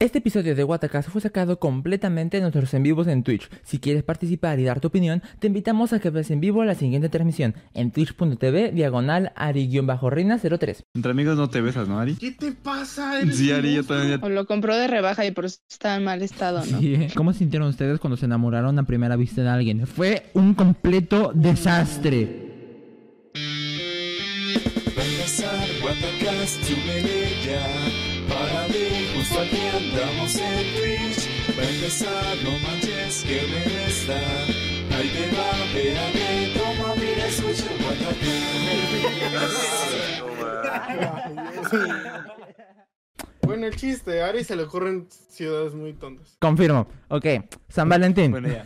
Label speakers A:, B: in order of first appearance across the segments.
A: Este episodio de Watakas fue sacado completamente de nuestros en vivos en Twitch. Si quieres participar y dar tu opinión, te invitamos a que veas en vivo la siguiente transmisión en twitch.tv diagonal ari-reina03.
B: Entre amigos no te besas, ¿no, Ari?
C: ¿Qué te pasa? Eres
B: Sí,
C: un
B: Ari, yo
C: monstruo.
B: también.
D: O lo compró de rebaja y por eso está en mal estado, ¿no?
A: Sí, ¿eh? ¿Cómo se sintieron ustedes cuando se enamoraron a primera vista de alguien? Fue un completo desastre.
E: Va a empezar Guatacas, súbele ya Para mí, justo aquí andamos en Twitch Va a empezar, no manches, que me está Ahí te va, véame, toma, mira, escucha Guatacas
C: Bueno, el chiste, a Ari se le ocurren ciudades muy tontas.
A: Confirmo. Ok, San Valentín.
B: Bueno, ya.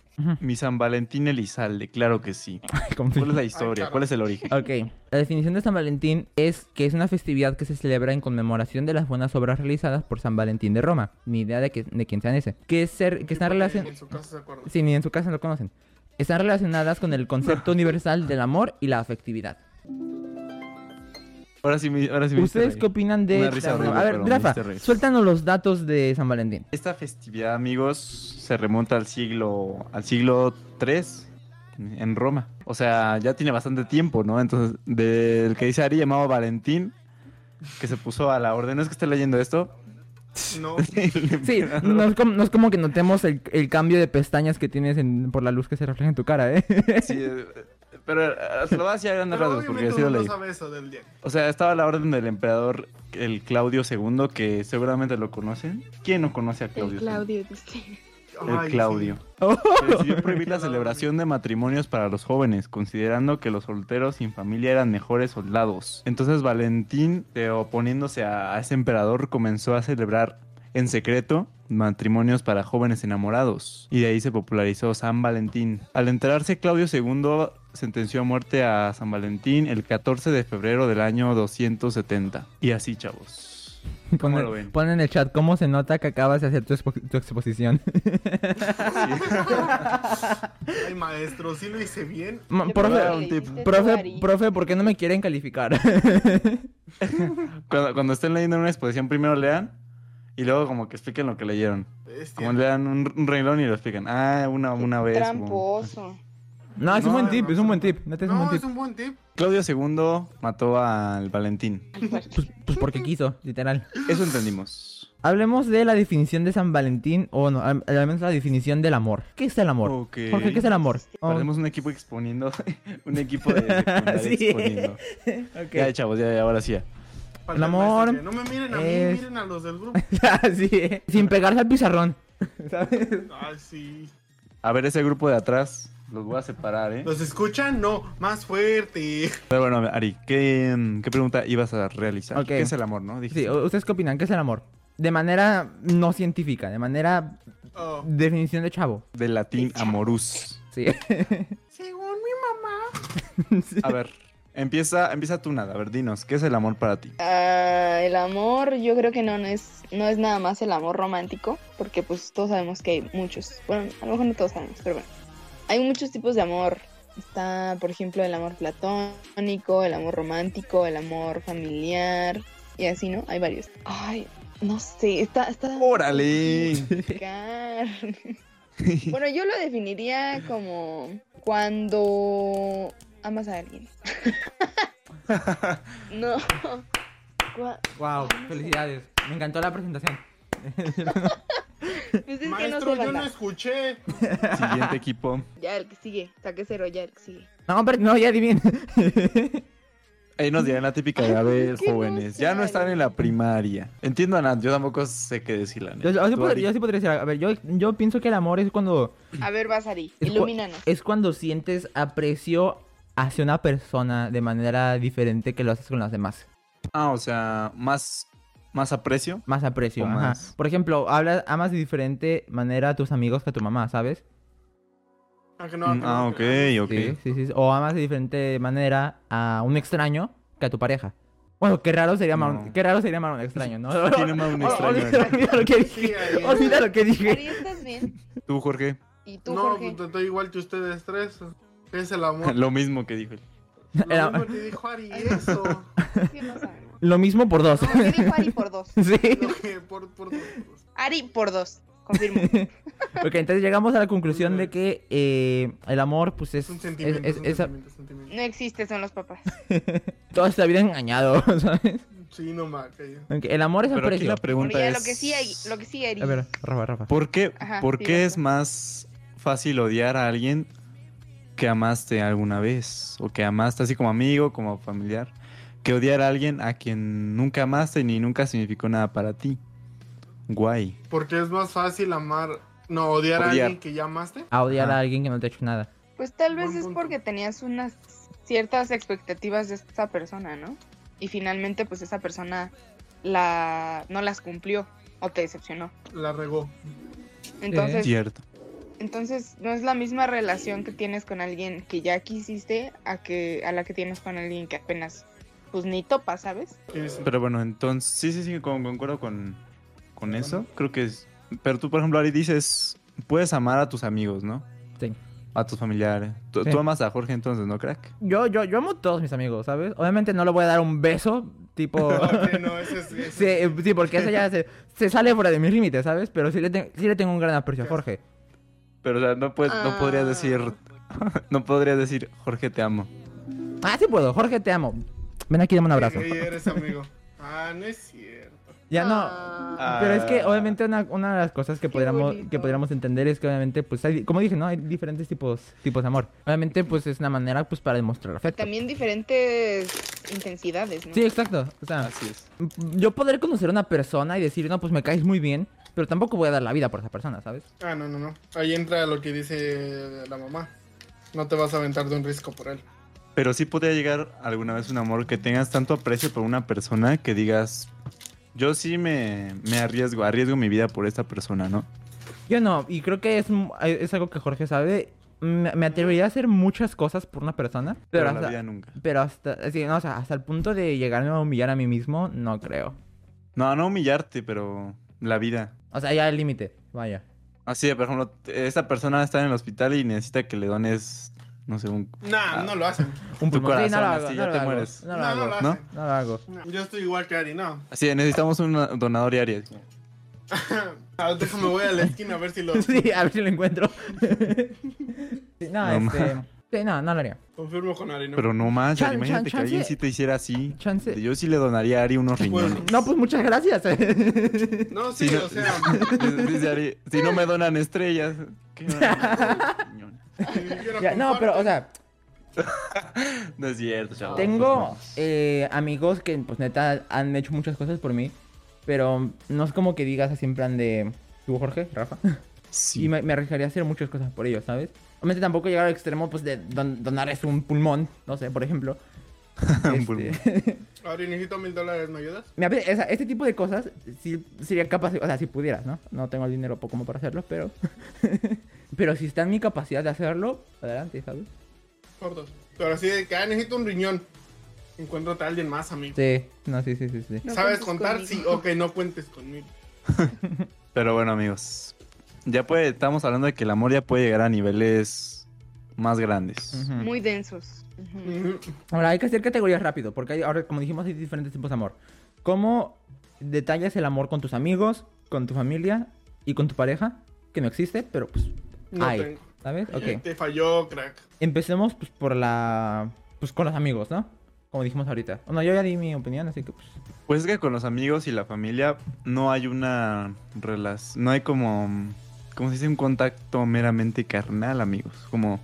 B: Mi San Valentín Elizalde, claro que sí.
A: Confirmo.
B: ¿Cuál es la historia?
C: carajo.
B: ¿Cuál es el origen?
A: Ok, la definición de San Valentín es que es una festividad que se celebra en conmemoración de las buenas obras realizadas por San Valentín de Roma. Ni idea de, que, de quién sean ese. Que, es ser, que están
C: Porque
A: relacionadas...
C: En su casa se acuerdan.
A: Sí, ni en su casa lo conocen. Están relacionadas con el concepto universal del amor y la afectividad.
B: Ahora sí me, ahora sí me
A: ¿Ustedes
B: hice
A: qué
B: reír.
A: opinan de...
B: Una risa horrible,
A: a ver,
B: pero me
A: Rafa,
B: hiciste reír.
A: suéltanos los datos de San Valentín.
B: Esta festividad, amigos, se remonta al siglo al siglo 3 en Roma. O sea, ya tiene bastante tiempo, ¿no? Entonces, del que dice Ari llamado Valentín, que se puso a la orden. ¿No es que esté leyendo esto?
C: No,
A: Sí, no es, como, no es como que notemos el, el cambio de pestañas que tienes en- por la luz que se refleja en tu cara, ¿eh?
B: Sí, eh, pero eh, se lo voy a decir a grandes
C: pero
B: rasgos porque
C: obviamente
B: así
C: uno
B: lo
C: no
B: leí.
C: sabe eso del día.
B: O sea, estaba a la orden del emperador, el Claudio II, que seguramente lo conocen. ¿Quién no conoce a Claudio?
D: El Claudio, dice.
B: El
C: Ay,
B: Claudio.
C: sí.
B: Que decidió prohibir la celebración de matrimonios para los jóvenes, considerando que los solteros sin familia eran mejores soldados. Entonces Valentín, eh, oponiéndose a, a ese emperador, comenzó a celebrar en secreto matrimonios para jóvenes enamorados. Y de ahí se popularizó San Valentín. Al enterarse, Claudio II sentenció a muerte a San Valentín el 14 de febrero del año 270. Y así, chavos. ¿Cómo
A: Pon-
B: lo ven?
A: pon en el chat cómo se nota que acabas de hacer tu, expo- tu exposición.
C: Ay, maestro, sí lo hice bien.
A: Ma-
D: Yo creo
B: dar
A: profe,
D: que
B: un
D: le
B: tip.
D: diste tú,
A: profe,
D: Ari.
A: profe, ¿por qué no me quieren calificar?
B: Cuando, cuando estén leyendo una exposición, primero lean y luego como que expliquen lo que leyeron.
C: Bestia.
B: Como le dan un, un renglón y lo explican. Ah, una, una vez. como-
D: Tramposo.
A: no, es un
B: No,
A: buen
C: no,
A: tip,
C: no,
A: es un
C: no.
A: buen tip. Neta, es un
C: No,
A: buen
C: es
A: tip.
C: un buen tip.
B: Claudio II mató al Valentín.
A: Pues, pues porque quiso, literal.
B: Eso entendimos.
A: Hablemos de la definición de San Valentín, o no, al al menos la definición del amor. ¿Qué es el amor?
B: Ok.
A: Jorge, ¿qué es el amor? Oh,
B: Parecemos un equipo exponiendo. un equipo de secundaria
A: Sí.
B: exponiendo.
A: ok.
B: Ya, chavos, ya, ya, ahora sí. ya.
C: Para
A: El
C: el maestro,
A: amor
C: que No me miren a mí,
A: es-
C: miren a los del grupo.
A: Así, eh. Sin pegarse al pizarrón. ¿Sabes?
C: Ay, sí.
B: A ver, ese grupo de atrás. Los voy a separar, ¿eh?
C: ¿Los escuchan? No, más fuerte.
B: Pero bueno, Ari, ¿qué, mm, qué pregunta ibas a realizar?
A: Ok.
B: ¿Qué es el amor, no? Dijiste.
A: Sí, ¿u- ¿ustedes qué opinan? ¿Qué es el amor? De manera no científica, de manera
C: Oh.
A: definición de chavo.
B: Del latín amorus.
A: Sí.
C: Según mi
A: Ah,
B: A ver, empieza, empieza tú nada. A ver, dinos, ¿qué es el amor para ti?
D: Ah, el amor, yo creo que no, no es, no es nada más el amor romántico, porque pues todos sabemos que hay muchos. Bueno, a lo mejor no todos sabemos, pero bueno. Hay muchos tipos de amor. Está, por ejemplo, el amor platónico, el amor romántico, el amor familiar, y así, ¿no? Hay varios. Ay, no sé, está... está
B: ¡Órale!
D: explicar. bueno, yo lo definiría como cuando amas a alguien. no. Cua-
A: Wow, felicidades. Me encantó la presentación.
D: Pues es que no
C: maestro,
D: sé,
C: yo no
D: banda.
C: escuché.
B: Siguiente equipo.
D: Ya el que sigue, saque cero, ya el que sigue.
A: No, pero no, ya adivinen.
B: Ahí nos dirán la típica de, a
D: Ay,
B: ver,
D: es que no
B: jóvenes,
D: sé,
B: ya no están
D: Ari.
B: en la primaria. Entiendo a Nat, yo tampoco sé qué decir, la
A: Yo,
B: neta.
A: yo sí
B: Tú,
A: podría,
B: Ari.
A: yo sí podría decir, a ver, yo, yo pienso que el amor es cuando
D: A ver, Basari,
A: Es cua-
D: ilumínanos.
A: es cuando sientes aprecio hacia una persona de manera diferente que lo haces con las demás.
B: Ah, o sea, más, más aprecio.
A: Más aprecio.
B: O
A: ajá.
B: más.
A: Por ejemplo, hablas, amas de diferente manera a tus amigos que a tu mamá, ¿sabes?
C: Ah, que
B: Mm,
C: no,
B: Ah,
C: que no.
B: ok, ok.
A: Sí, sí, sí. O amas de diferente manera a un extraño que a tu pareja. Bueno, qué raro sería amar,
B: No.
A: qué raro sería amar a un extraño, ¿no?
B: Tiene más un
A: Ol- Olvida,
B: extraño.
A: olvida lo que
C: Sí,
A: dije.
C: ahí.
A: Olvida lo que dije.
D: Ari, ¿estás bien?
B: Tú, Jorge,
D: ¿Y tú,
C: No,
D: Jorge?
C: pues, estoy igual que ustedes tres. ¿Qué es el amor?
B: lo mismo que dijo él.
C: Lo
A: Era-
C: mismo te dijo Ari, eso.
D: ¿Qué no sabemos?
A: Lo mismo por dos.
D: No, sí dijo Ari por dos.
A: sí.
C: Lo que por, por dos. por dos.
D: Ari por dos, confirmo.
A: Ok, entonces llegamos a la conclusión de que eh, el amor, pues es.
C: Es un
A: es-
C: sentimiento.
A: es-
C: es un
A: es-
C: sentimiento, es un sentimiento.
D: No existe, son los papás.
A: todo está bien engañado, ¿sabes?
C: Sí, no más, calla.
A: Ok, el amor es
B: Pero aquí
A: aprecio.
B: la
D: Porque
B: pregunta
D: ya
B: es...
D: lo que sí hay, lo que sí hay.
A: A ver, Rafa, Rafa.
B: ¿Por qué,
D: Ajá,
B: por
D: sí,
B: qué
D: ya
B: es
D: sé.
B: más fácil odiar a alguien que amaste alguna vez? O que amaste así como amigo, como familiar. Que odiar a alguien a quien nunca amaste ni nunca significó nada para ti. Guay.
C: Porque es más fácil amar. No, odiar, a
B: Odiar.
C: alguien que ya amaste.
A: A odiar
B: Ajá.
A: a alguien que no te ha hecho nada.
D: Pues tal vez
C: Buen
D: es
C: punto.
D: porque tenías unas ciertas expectativas de esa persona, ¿no? Y finalmente, pues esa persona la no las cumplió o te decepcionó.
C: La regó.
D: Entonces,
B: Cierto.
D: entonces no es la misma relación que tienes con alguien que ya quisiste a que a la que tienes con alguien que apenas pues ni topa, ¿sabes?
C: ¿Qué dice?
B: Pero bueno, entonces... Sí, sí, sí, con- concuerdo con, con eso. Creo que es... Pero tú, por ejemplo, Ari, dices... Puedes amar a tus amigos, ¿no?
A: Sí.
B: A tus familiares. Tú,
A: Sí.
B: tú amas a Jorge entonces, ¿no, crack?
A: Yo, yo, yo amo a todos mis amigos, ¿sabes? Obviamente no le voy a dar un beso, tipo.
C: Ok, "Ah, no, ese es. ese
A: sí,
C: es-
A: eh, sí, porque eso ya se, se sale fuera de mis límites, ¿sabes? Pero sí le, ten- sí le tengo un gran aprecio a Jorge.
B: Pero o sea, no, puedes, no podrías
C: Ah.
B: decir... No podrías decir, Jorge, te amo.
A: Ah, sí puedo, Jorge, te amo. Ven aquí, dame un abrazo.
C: Ey, eres amigo. Ah, no es cierto.
A: Ya no.
D: Ah,
A: Pero es que obviamente una, una de las cosas que
D: Qué
A: podríamos, que
D: bonito.
A: podríamos entender es que obviamente, pues, hay, como dije, ¿no? Hay diferentes tipos, tipos de amor. Obviamente, pues, es una manera, pues, para demostrar afecto.
D: También diferentes intensidades, ¿no?
A: Sí, exacto. O sea,
B: Así es.
A: m- yo podré conocer a una persona y decir, no, pues, me caes muy bien, pero tampoco voy a dar la vida por esa persona, ¿sabes?
C: Ah, no, no, no. Ahí entra lo que dice la mamá. No te vas a aventar de un risco por él.
B: Pero sí podría llegar alguna vez un amor que tengas tanto aprecio por una persona que digas, yo sí me, me arriesgo, arriesgo mi vida por esta persona, ¿no?
A: Yo no, y creo que es, m- es algo que Jorge sabe. Me, me atrevería a hacer muchas cosas por una persona, pero,
B: en la vida
A: hasta,
B: nunca.
A: pero hasta, sí, no, o sea, hasta el punto de llegarme a humillar a mí mismo, no creo.
B: No, no humillarte, pero la vida.
A: O sea, ya el límite, vaya.
B: Así, por ejemplo, esta persona está en el hospital y necesita que le dones, no sé, un...
C: Nah,
B: Ah.
C: no lo hacen.
A: Un
B: Tu
A: pulmón. Sí,
B: corazón,
A: no lo hago,
B: así,
A: no
B: ya
A: lo
B: te
A: hago,
B: mueres.
A: No lo
C: no,
A: hago.
C: lo
B: ¿no?
C: hacen.
A: No lo hago.
C: No, Yo estoy igual que Ari, no.
B: Así, necesitamos un donador y Aries.
C: Ah, déjame voy a la esquina a ver si lo
A: Sí, a ver si lo encuentro. Sí, no,
B: No,
A: este. sí, no, no lo haría.
C: confirmo con Ari, ¿no?
B: Pero no más,
A: Chan- chan-
B: imagínate que
A: chance-
B: alguien sí te hiciera así.
A: Chance.
B: Yo sí le donaría a Ari unos
C: Bueno,
B: riñones.
A: No, pues muchas gracias.
C: No, sí,
B: Si no,
C: o sea,
B: dice Ari, si no me donan estrellas, ¿qué me van a donar? Riñones.
C: yo
A: Ya, no,
C: comparto.
A: pero, o sea,
B: No es cierto, chaval. pues
A: tengo eh, amigos que, pues neta, han hecho muchas cosas por mí. Pero no es como que digas así en plan de. ¿Tú, Jorge? ¿Rafa?
B: Sí.
A: Y me, me arriesgaría a hacer muchas cosas por ellos, ¿sabes? Obviamente tampoco llegar al extremo, pues, de don- donarles un pulmón, no sé, por ejemplo. Este,
B: pulmón.
C: Ari, necesito mil dólares, ¿me ayudas?
A: Me apete- esa- este tipo de cosas sí sería capaz, o sea, si pudieras, ¿no? No tengo el dinero po- como para hacerlo, pero... pero si está en mi capacidad de hacerlo, adelante, ¿sabes?
C: Por dos. Pero así de que, ah, necesito un riñón. Encuéntrate a alguien más, amigo.
A: Sí, no, sí, sí, sí, sí.
D: No
C: ¿Sabes
D: cuentes
C: contar?
D: conmigo.
C: Sí, ok, no cuentes conmigo.
B: Pero bueno, amigos. Ya puede, estamos hablando de que el amor ya puede llegar a niveles más grandes.
A: Ujú.
D: Muy densos. Ujú.
C: Ujú.
A: Ahora, hay que hacer categorías rápido, porque hay- ahora, como dijimos, hay diferentes tipos de amor. ¿Cómo detallas el amor con tus amigos, con tu familia y con tu pareja? Que no existe, pero pues...
C: No
A: hay,
C: tengo.
A: ¿Sabes? Ok.
C: Te falló, crack.
A: Empecemos pues por la... Pues con los amigos, ¿no? Como dijimos ahorita. Bueno, yo ya di mi opinión, así que pues...
B: Pues es que con los amigos y la familia no hay una relación. No hay como. Como se dice, un contacto meramente carnal, amigos. Como.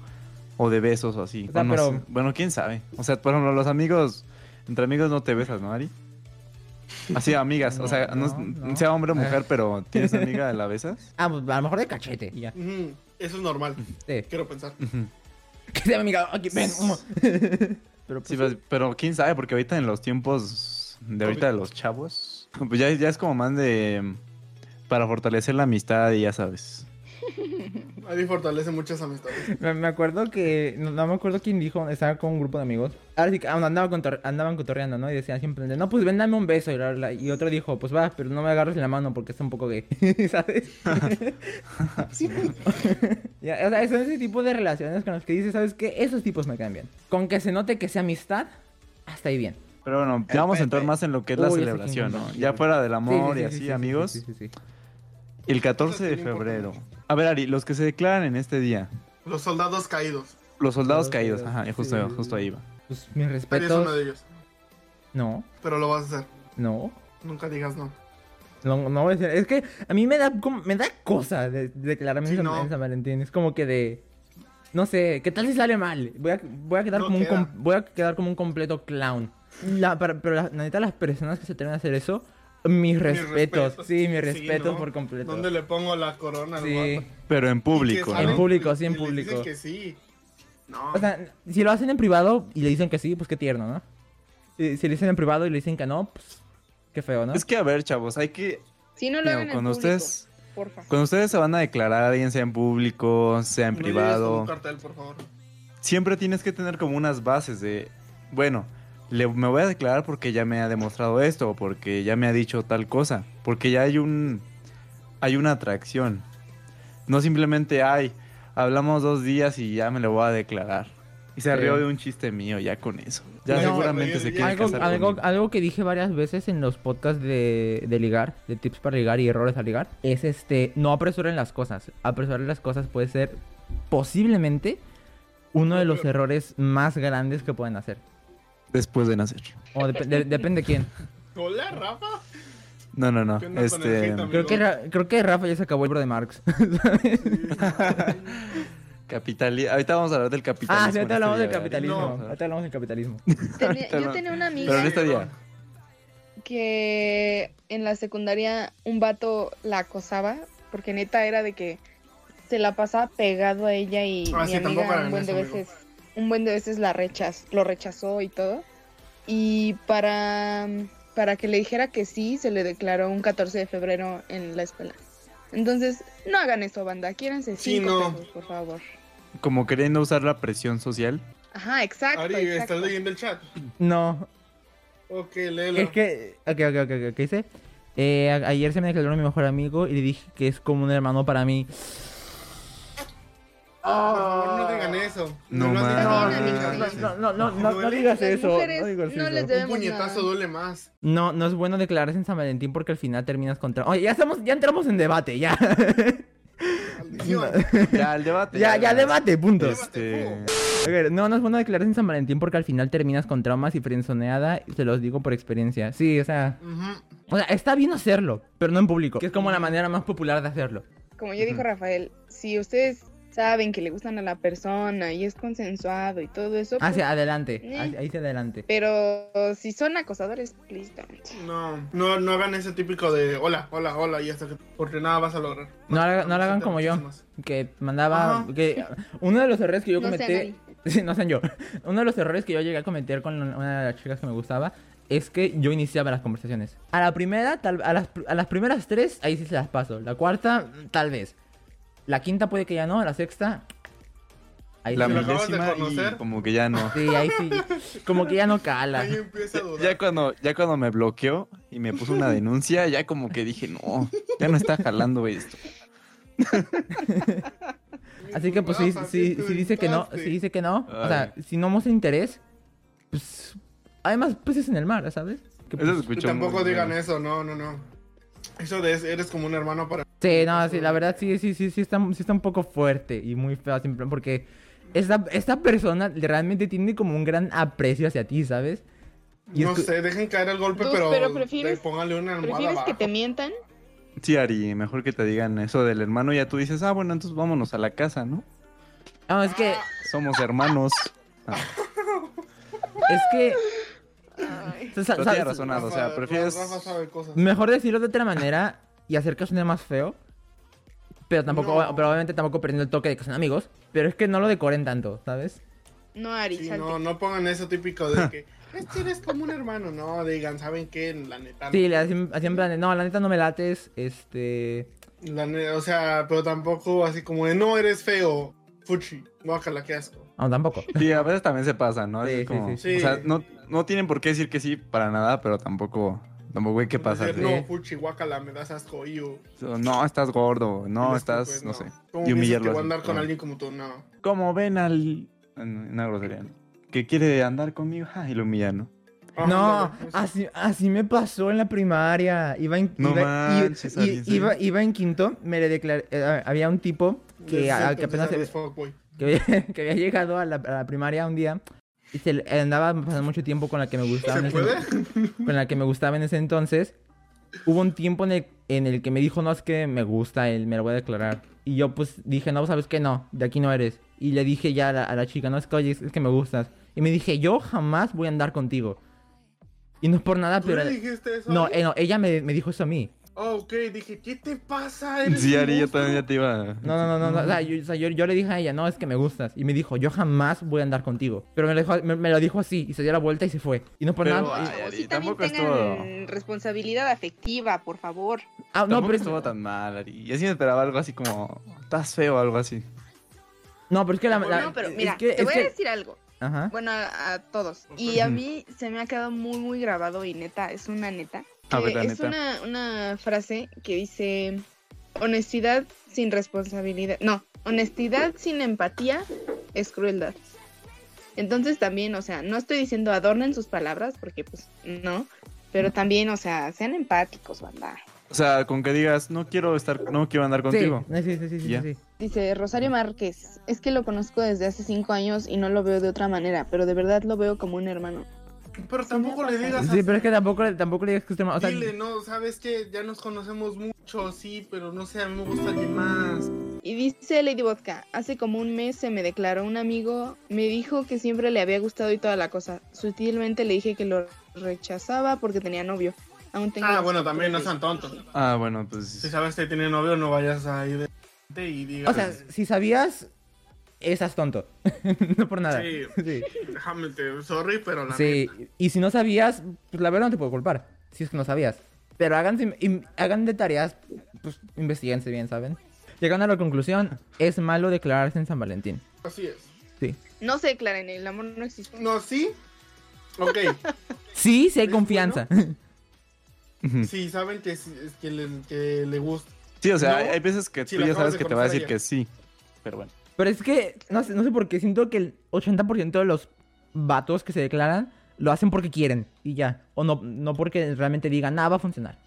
B: O de besos o así.
A: O sea,
B: O no
A: pero-
B: sé. Bueno, quién sabe. O sea, por ejemplo, los amigos. Entre amigos no te besas, ¿no, Ari? Así, amigas. o sea,
A: No,
B: no-
A: no, no.
B: sea hombre o mujer, pero ¿tienes amiga? ¿La besas?
A: Ah, pues a lo mejor de cachete. y ya.
C: Ujú, Eso es normal.
A: Sí.
C: Quiero pensar.
B: Ujú.
A: Que sea mi amiga. Aquí, ven. Pero pues,
B: Sí, pues, pero quién sabe, porque ahorita en los tiempos de ahorita de los chavos, pues ya, ya es como más de mm, para fortalecer la amistad y ya sabes.
C: Ari fortalece muchas amistades.
A: me, me acuerdo que. No, no me acuerdo quién dijo. Estaba con un grupo de amigos. Ahora sí que ah, andaban, contor- andaban cotorreando, ¿no? Y decían siempre: No, pues ven, dame un beso. Y, la- la- y otro dijo: Pues va, pero no me agarres la mano porque está un poco gay. ¿Sabes?
C: pues.
A: Ya, o sea, son ese tipo de relaciones con las que dices: ¿Sabes qué? Esos tipos me cambian. Con que se note que sea amistad, hasta ahí bien.
B: Pero bueno, ya vamos a entrar más en lo que es la
A: Eh, Uy, ese
B: celebración,
A: quién
B: ¿no?
A: es.
B: Ya fuera del
A: Sí, sí,
B: amor
A: sí,
B: y
A: sí,
B: así,
A: sí, sí,
B: amigos.
A: sí, sí, sí.
B: El 14
C: Eso
B: de
C: sí me importa
B: febrero.
C: mucho.
B: A ver, Ari, los que se declaran en este día.
C: Los soldados caídos.
B: Los soldados
A: Soldados
B: caídos,
A: caídos,
B: ajá, justo,
A: sí.
B: justo ahí va.
A: Pues mis
C: Ari es uno de
A: respetos.
C: ellos.
A: No,
C: Pero lo vas a hacer.
A: no.
C: Nunca digas no.
A: No, no voy a decir. Es que a mí me da, como- me da cosa de, declararme
C: Sí,
A: en San-
C: no.
A: en San Valentín. Es como que de. No sé, ¿qué tal si sale mal? Voy a, voy a, quedar,
C: No
A: como un
C: queda.
A: com- voy a quedar como un completo clown. La, para- pero la, la neta, las personas que se atreven a hacer eso, mis respetos.
C: respetos.
A: Sí, mis
C: Sí,
A: respetos
C: ¿no?
A: por completo.
C: ¿Dónde le pongo la corona al
A: Sí.
C: vato?
B: Pero en
C: Y que
B: público,
C: saben
B: ¿no?
A: En público, sí,
C: que
A: en
C: les dicen
A: público.
C: que sí. No.
A: O sea, si lo hacen en privado y le dicen que sí, pues qué tierno, ¿no? Si, si le dicen en privado y le dicen que no, pues qué feo, ¿no?
B: Es que a ver, chavos, hay que.
D: Si no lo
B: Mira,
D: hagan en
B: cuando
D: público,
B: ustedes,
D: porfa.
B: cuando ustedes se van a declarar, bien sea en público, sea en
C: no llegues con
B: privado,
C: un cartel, por favor.
B: siempre tienes que tener como unas bases de, bueno, le- me voy a declarar porque ya me ha demostrado esto, o porque ya me ha dicho tal cosa, porque ya hay un, hay una atracción. No simplemente, ay, hablamos dos días y ya me lo voy a declarar. Y se
A: Sí.
B: rió de un chiste mío ya con eso. Ya
A: No,
B: seguramente se
C: algo-
B: quiere
A: Algo,
B: casar
A: algo,
B: conmigo.
A: algo que dije varias veces en los podcasts de, de ligar, de tips para ligar y errores al ligar, es este, no apresuren las cosas. Apresurar las cosas puede ser posiblemente uno de los errores más grandes que pueden hacer.
B: Después de nacer.
A: O dep- de- depende de quién.
C: Hola, Rafa.
B: No, no, no.
C: ¿Qué onda con el
B: Este,
C: hate, amigo?
A: Creo que, Ra- creo que Rafa ya se acabó el libro de Marx.
B: capitali- Ahorita vamos a hablar del capitalismo.
A: ah, sí,
B: en este
A: ahorita hablamos del
B: día,
A: capitalismo.
B: ¿verdad?
C: No.
A: Ahorita hablamos del capitalismo.
D: Tenía-
B: Ahorita no.
D: yo tenía una amiga
B: Pero en este día.
D: que en la secundaria un vato la acosaba porque neta era de que se la pasaba pegado a ella y
C: Ah, sí,
D: mi
C: tampoco
D: amiga
C: hagan
D: un buen de
C: eso, amigo.
D: veces un buen de veces la rechaz, lo rechazó y todo y para para que le dijera que sí se le declaró un 14 de febrero en la escuela entonces no hagan eso banda quiéranse
C: Sí,
D: cinco
C: no.
D: pesos, por favor
B: Como queriendo usar la presión social.
D: ajá exacto,
C: Ari,
D: exacto.
C: ¿estás leyendo el chat?
A: No,
C: Ok, léelo.
A: es que... Ok, ok, ok, ok, ¿qué hice? Eh, a- ayer se me declaró mi mejor amigo y le dije que es como un hermano para mí.
C: Por favor, no digan eso.
B: No
C: lo
B: mames.
C: digan.
D: No, no,
C: digan
D: no,
C: eso.
A: no, no,
C: no, no
A: digas
D: Las mujeres no les
C: Un
D: debemos nada.
C: puñetazo duele más.
A: No, no es bueno declararse en San Valentín porque al final terminas contra. Oye, ya estamos, ya entramos en debate, ya.
C: Maldición.
B: Ya, el debate.
A: ya, ya debate, punto.
C: Debate.
B: Este,
A: A ver, no, no es bueno declararse en San Valentín porque al final terminas con traumas y frenzoneada. Se los digo por experiencia. Sí, o sea,
C: Ujú.
A: o sea, está bien hacerlo, pero no en público. Que es como la manera más popular de hacerlo.
D: como ya dijo
B: Ujú.
D: Rafael, si ustedes saben que le gustan a la persona y es consensuado y todo eso, pues,
A: Hacia adelante,
D: Eh.
A: hacia- hacia adelante.
D: pero si son acosadores, please don't.
C: No, no, no hagan ese típico de hola, hola, hola y hasta que porque nada vas a lograr.
A: No la- no la hagan
C: Te
A: como yo.
C: muchísimas.
A: que mandaba
C: Ajá.
A: que uno de los errores que yo
D: No sean
A: cometí
D: ahí.
A: Sí, no sean yo uno de los errores que yo llegué a cometer con una de las chicas que me gustaba es que yo iniciaba las conversaciones a la primera tal a las, a las primeras tres ahí sí se las paso la cuarta tal vez la quinta puede que ya no la sexta ahí
B: la
C: Si
A: sí,
C: lo acabas de
B: milésima y
C: conocer.
B: como que ya no.
A: Sí, ahí sí como que ya no cala
C: Ahí empieza a dudar.
B: Ya cuando, ya cuando me bloqueó y me puso una denuncia, ya como que dije, no, ya no está jalando esto.
A: así que pues si,
C: Rafa,
A: si,
C: ¿qué
A: si dice que no
C: inventaste?
A: si dice que no o
B: Ay.
A: sea si no muestra interés pues además pues es en el mar sabes que,
B: Eso
A: pues,
C: Y
B: escuchó
C: tampoco
B: muy
C: digan
B: mal.
C: eso, no, no, no. Eso de es- eres como un hermano para
A: Sí, no, sí, la verdad sí, sí, sí, sí está, sí está un poco fuerte y muy feo, simple, porque esta, esta persona realmente tiene como un gran aprecio hacia ti, ¿sabes? Y
C: No
A: es que-
C: sé, dejen caer el golpe,
D: Dude,
C: pero,
D: pero prefieres-
C: de- pónganle una almohada
D: ¿Prefieres que
C: abajo.
D: te mientan?
B: Sí, Ari, mejor que te digan eso del hermano. Ya tú dices, ah, bueno, entonces vámonos a la casa, ¿no?
A: No, es que,
B: Somos hermanos. Ah,
A: es que... sa- sa-
B: Pero
A: sa-
B: tiene razón, Ado, o sea,
C: Rafa-
B: prefieres...
C: Rafa sabe cosas.
A: Mejor decirlo de otra manera y hacer que suene más feo, pero tampoco,
C: No.
A: pero obviamente tampoco perdiendo el toque de que son amigos, pero es que no lo decoren tanto, ¿sabes?
D: No, Ari,
C: Sí,
D: salte.
C: no, no pongan eso típico de que es que eres como un hermano, no, digan, ¿saben qué? La neta.
A: Sí, le hacen, hacían plan de, no, la neta no me lates, este...
C: la ne- o sea, pero tampoco así como de no eres feo, fuchi, guácala, qué asco.
A: No, tampoco.
B: Sí, a veces también se pasa, ¿no?
A: Sí,
B: Es
A: sí,
B: como-
A: sí.
B: O sea, no, no tienen por qué decir que sí para nada, pero tampoco, tampoco hay que pasar.
C: Decir,
A: Sí.
C: No, fuchi, guácala, me das asco, yo.
B: No, estás gordo,
C: Pues
B: no, estás, no, sé.
C: ¿Cómo
B: y
C: piensas que
B: humillarlo
C: voy a
B: así,
C: andar con
B: no.
C: alguien como tú? No.
B: Como ven al... en- Una grosería, ¿no? Que quiere andar conmigo, ja, y lo humillan, ¿no?
A: No, así, así me pasó en la primaria. Iba en,
B: No
A: iba, i-
B: manches,
A: i-
B: Alice.
A: iba, iba en quinto, me le declaré. eh, había un tipo que, a- que apenas se- que, había, que había llegado a la, a la primaria un día y se le- andaba pasando mucho tiempo con la que me gustaba. en
C: ¿Se
A: ese-
C: puede?
A: con la que me gustaba en ese entonces. Hubo un tiempo en el, en el que me dijo, no, es que me gusta él, me lo voy a declarar. Y yo pues dije, no, sabes que no, de aquí no eres. Y le dije ya a la, a la chica, no, es que oye, es, es que me gustas. Y me dije, yo jamás voy a andar contigo. Y no es por nada,
C: ¿Tú
A: pero...
C: le dijiste eso? a
A: No,
C: alguien?
A: eh, no, ella me, me dijo eso a mí.
C: Ah, ok, dije, ¿qué te pasa? Eres
B: Sí,
C: un
B: Ari, yo
C: monstruo.
B: también ya te iba.
A: No, no, no, no, no, o sea, yo, o sea, yo- yo le dije a ella, no, es que me gustas. Y me dijo, yo jamás voy a andar contigo. Pero me lo dijo, me, me lo dijo así, y se dio la vuelta y se fue. Y no es por
B: Pero, ah,
A: nada...
B: ay,
A: y-
D: Chavos,
B: Ari,
D: sí, también
B: tampoco
D: tengan
B: estuvo.
D: responsabilidad afectiva, por favor.
A: ah, no,
B: tampoco
A: pero es-
B: estuvo tan mal, Ari. Yo sí me esperaba algo así como. Estás feo o algo así.
A: no, pero es que la... Pues, la-
D: no, pero
A: es
D: mira,
A: que-
D: te
A: es
D: voy
A: que-
D: a decir algo.
A: Ajá.
D: Bueno, a, a todos. Y a mí se me ha quedado muy, muy grabado y neta, es una neta.
B: A ver,
D: que
B: la
D: es
B: neta.
D: Una, una frase que dice, honestidad sin responsabilidad. No, honestidad sin empatía es crueldad. Entonces también, o sea, no estoy diciendo adornen sus palabras, porque pues no, pero también, o sea, sean empáticos, banda.
B: O sea, con que digas, no quiero estar, no quiero andar contigo.
A: Sí, sí, sí, sí, sí,
B: Ya.
A: sí.
D: Dice Rosario Márquez, es que lo conozco desde hace cinco años y no lo veo de otra manera, pero de verdad lo veo como un hermano.
C: Pero tampoco le digas
A: Sí,
C: así.
A: pero es que tampoco, tampoco le digas que es tema. O sea,
C: Dile, no, sabes que ya nos conocemos mucho, sí, pero no sé, a mí me gusta alguien más.
D: Y dice Lady Vodka, hace como un mes se me declaró un amigo, me dijo que siempre le había gustado y toda la cosa. Sutilmente le dije que lo rechazaba porque tenía novio. Aún tengo
C: Ah,
D: las
C: bueno, también no sean
D: fotos
C: tontos.
B: Ah, bueno, pues.
C: Si sabes que tiene novio, no vayas a ir de y digas.
A: o sea, si sabías, estás tonto. no por nada.
C: Sí.
A: Sí.
C: Déjame, te- sorry, pero la
A: Sí, Y si no sabías, pues la verdad no te puedo culpar. Si es que no sabías. Pero háganse, im- hagan de tareas, pues investiguense bien, ¿saben? Llegando a la conclusión, es malo declararse en San Valentín.
C: neta, así es.
A: Sí.
D: de- No se declaren, el amor no existe.
C: No, sí. Ok,
A: Sí, sí hay
C: ¿Es
A: confianza.
B: Ujú.
C: sí, saben que, sí, es que, le, que le gusta.
B: Sí, o sea,
C: No,
B: hay, hay veces que
C: si
B: tú
C: la
B: ya
C: acabas
B: sabes
C: de
B: que te va a
C: conocer
B: decir
C: a
B: que sí. Pero bueno.
A: Pero es que, no sé, no sé por qué, siento que el 80% de los vatos que se declaran lo hacen porque quieren y ya. O no, no porque realmente digan, nada, va a funcionar.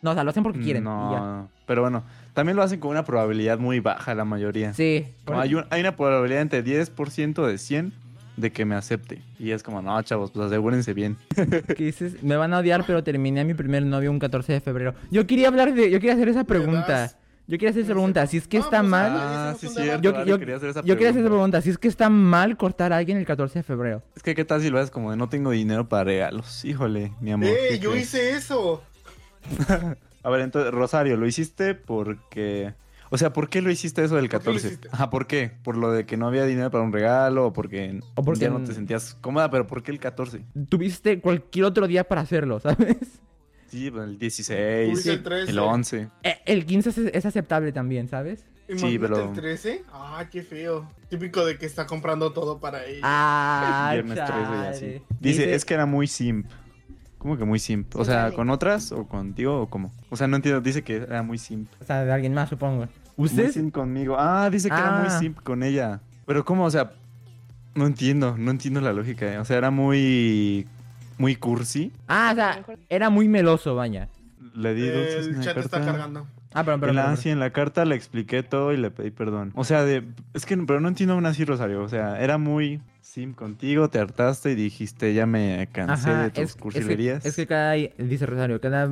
A: No, o sea, lo hacen porque quieren y ya.
B: No, pero bueno. También lo hacen con una probabilidad muy baja la mayoría.
A: Sí.
B: Como hay, un- hay una probabilidad entre 10% de 100 de que me acepte. Y es como, no, chavos, pues asegúrense bien.
A: Que dices, me van a odiar, pero terminé a mi primer novio un 14 de febrero. Yo quería hablar de, yo quería hacer esa pregunta.
C: das?
A: Yo quería hacer esa pregunta, si es que
C: No,
A: está
C: pues,
A: mal,
C: ah,
B: Ah,
C: hicimos
B: sí,
C: un
B: cierto.
C: debate.
A: Yo-
B: Yo,
A: yo-
B: quería hacer esa
A: yo quería hacer esa
B: pregunta.
A: pregunta, si es que está mal cortar a alguien el 14 de febrero.
B: Es que, ¿qué tal si lo haces como de no tengo dinero para regalos? Híjole, mi amor.
C: ¡Eh,
B: ¿qué
C: yo
B: crees?
C: hice eso!
B: A ver, entonces, Rosario, ¿lo hiciste porque... O sea, ¿por qué lo hiciste eso del
C: ¿Por qué lo
B: 14?
C: hiciste?
B: Ajá, ¿por qué? ¿Por lo de que no había dinero para un regalo? ¿O porque,
A: O porque
B: ya no
A: n-
B: te sentías cómoda? ¿Pero por qué el 14?
A: Tuviste cualquier otro día para hacerlo, ¿sabes?
B: Sí, pues, el
C: Tú
B: 16,
C: hice el 13.
B: el 11.
A: Eh, El 15 es- es aceptable también, ¿sabes?
C: ¿Y
B: Sí,
C: sí,
B: pero-
C: el 13? ¡Ah, qué feo! Típico de que está comprando todo para ella.
A: Ah,
B: Viernes 13 y
A: chale.
B: así. Dice, es que era muy simp. ¿Cómo que muy simp? O
D: Sí,
B: sea,
D: dale.
B: ¿con otras o contigo o cómo? O sea, no entiendo. Dice que era muy simp.
A: O sea, de alguien más, supongo.
B: Muy
A: ¿Ustedes?
B: simp conmigo. Ah, dice que era muy
A: Ah.
B: simp con ella. Pero ¿cómo? O sea, no entiendo. No entiendo la lógica. eh. O sea, era muy... Muy cursi.
A: Ah, o sea, era muy meloso, vaya.
B: Le di dulces en
C: el
B: la
C: chat está
B: carta.
C: cargando.
A: Ah, pero, pero,
B: En la-
A: pero,
B: sí, en la carta le expliqué todo y le pedí perdón. O sea, de, es que pero no entiendo aún así, Rosario. O sea, era muy simp contigo, te hartaste y dijiste, ya me cansé
A: Ajá,
B: de tus
A: es, es que,
B: cursilerías.
A: es que cada, dice Rosario, cada,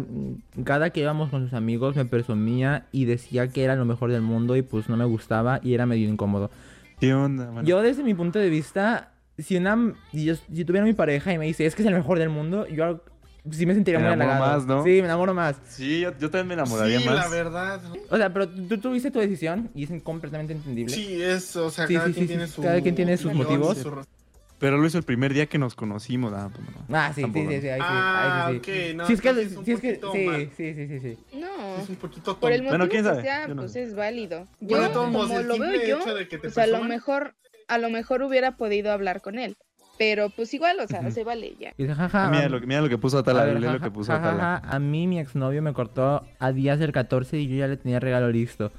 A: cada que íbamos con sus amigos me presumía y decía que era lo mejor del mundo y pues no me gustaba y era medio incómodo.
B: ¿Qué onda? Bueno,
A: Yo desde mi punto de vista, si una, si yo- si tuviera mi pareja y me dice, es que es el mejor del mundo, yo al- sí me sentiría
B: Me
A: muy
B: enamoro
A: halagado.
B: más, ¿no?
A: Sí, me enamoro más.
B: Sí, yo, yo también me enamoraría
C: Sí,
B: más.
C: la verdad.
A: O sea, pero tú tuviste tu decisión y es completamente entendible.
C: Sí, es, o sea,
A: Sí,
C: cada,
A: sí,
C: quien
A: sí,
C: tiene
A: sí,
C: su
A: cada quien tiene sus
C: opinión,
A: motivos.
C: su razón.
B: Pero lo hizo el primer día que nos conocimos. Ah, pues no.
A: Ah, sí, sí, sí,
B: Tampoco.
A: sí, ahí sí, ahí sí,
C: Ah,
A: sí.
C: ok, no,
A: si es que,
C: entonces es un
A: si es que,
C: poquito
A: sí,
C: mal.
A: sí, sí, sí, sí.
D: No,
C: Es un poquito
D: por el
C: tonto.
D: motivo
B: Bueno, ¿quién
D: que
B: sabe?
D: sea,
B: Yo no
D: pues
B: sé.
D: es válido. Yo,
C: Bueno, de todos modos,
D: como
C: el
D: lo veo
C: simple
D: yo,
C: hecho de que te
D: o sea, a lo
C: presuman-
D: mejor, a lo mejor hubiera podido hablar con él, pero pues igual, o sea,
B: Ujú.
D: se vale ya.
A: Y dice, jaja.
B: mira,
A: am-
B: lo, que- mira lo que puso
A: Ah, A
B: Atala,
A: ver,
B: lee lo
A: jaja,
B: que puso
A: jajaja,
B: Atala.
A: a mí mi exnovio me cortó a días del 14 y yo ya le tenía regalo listo.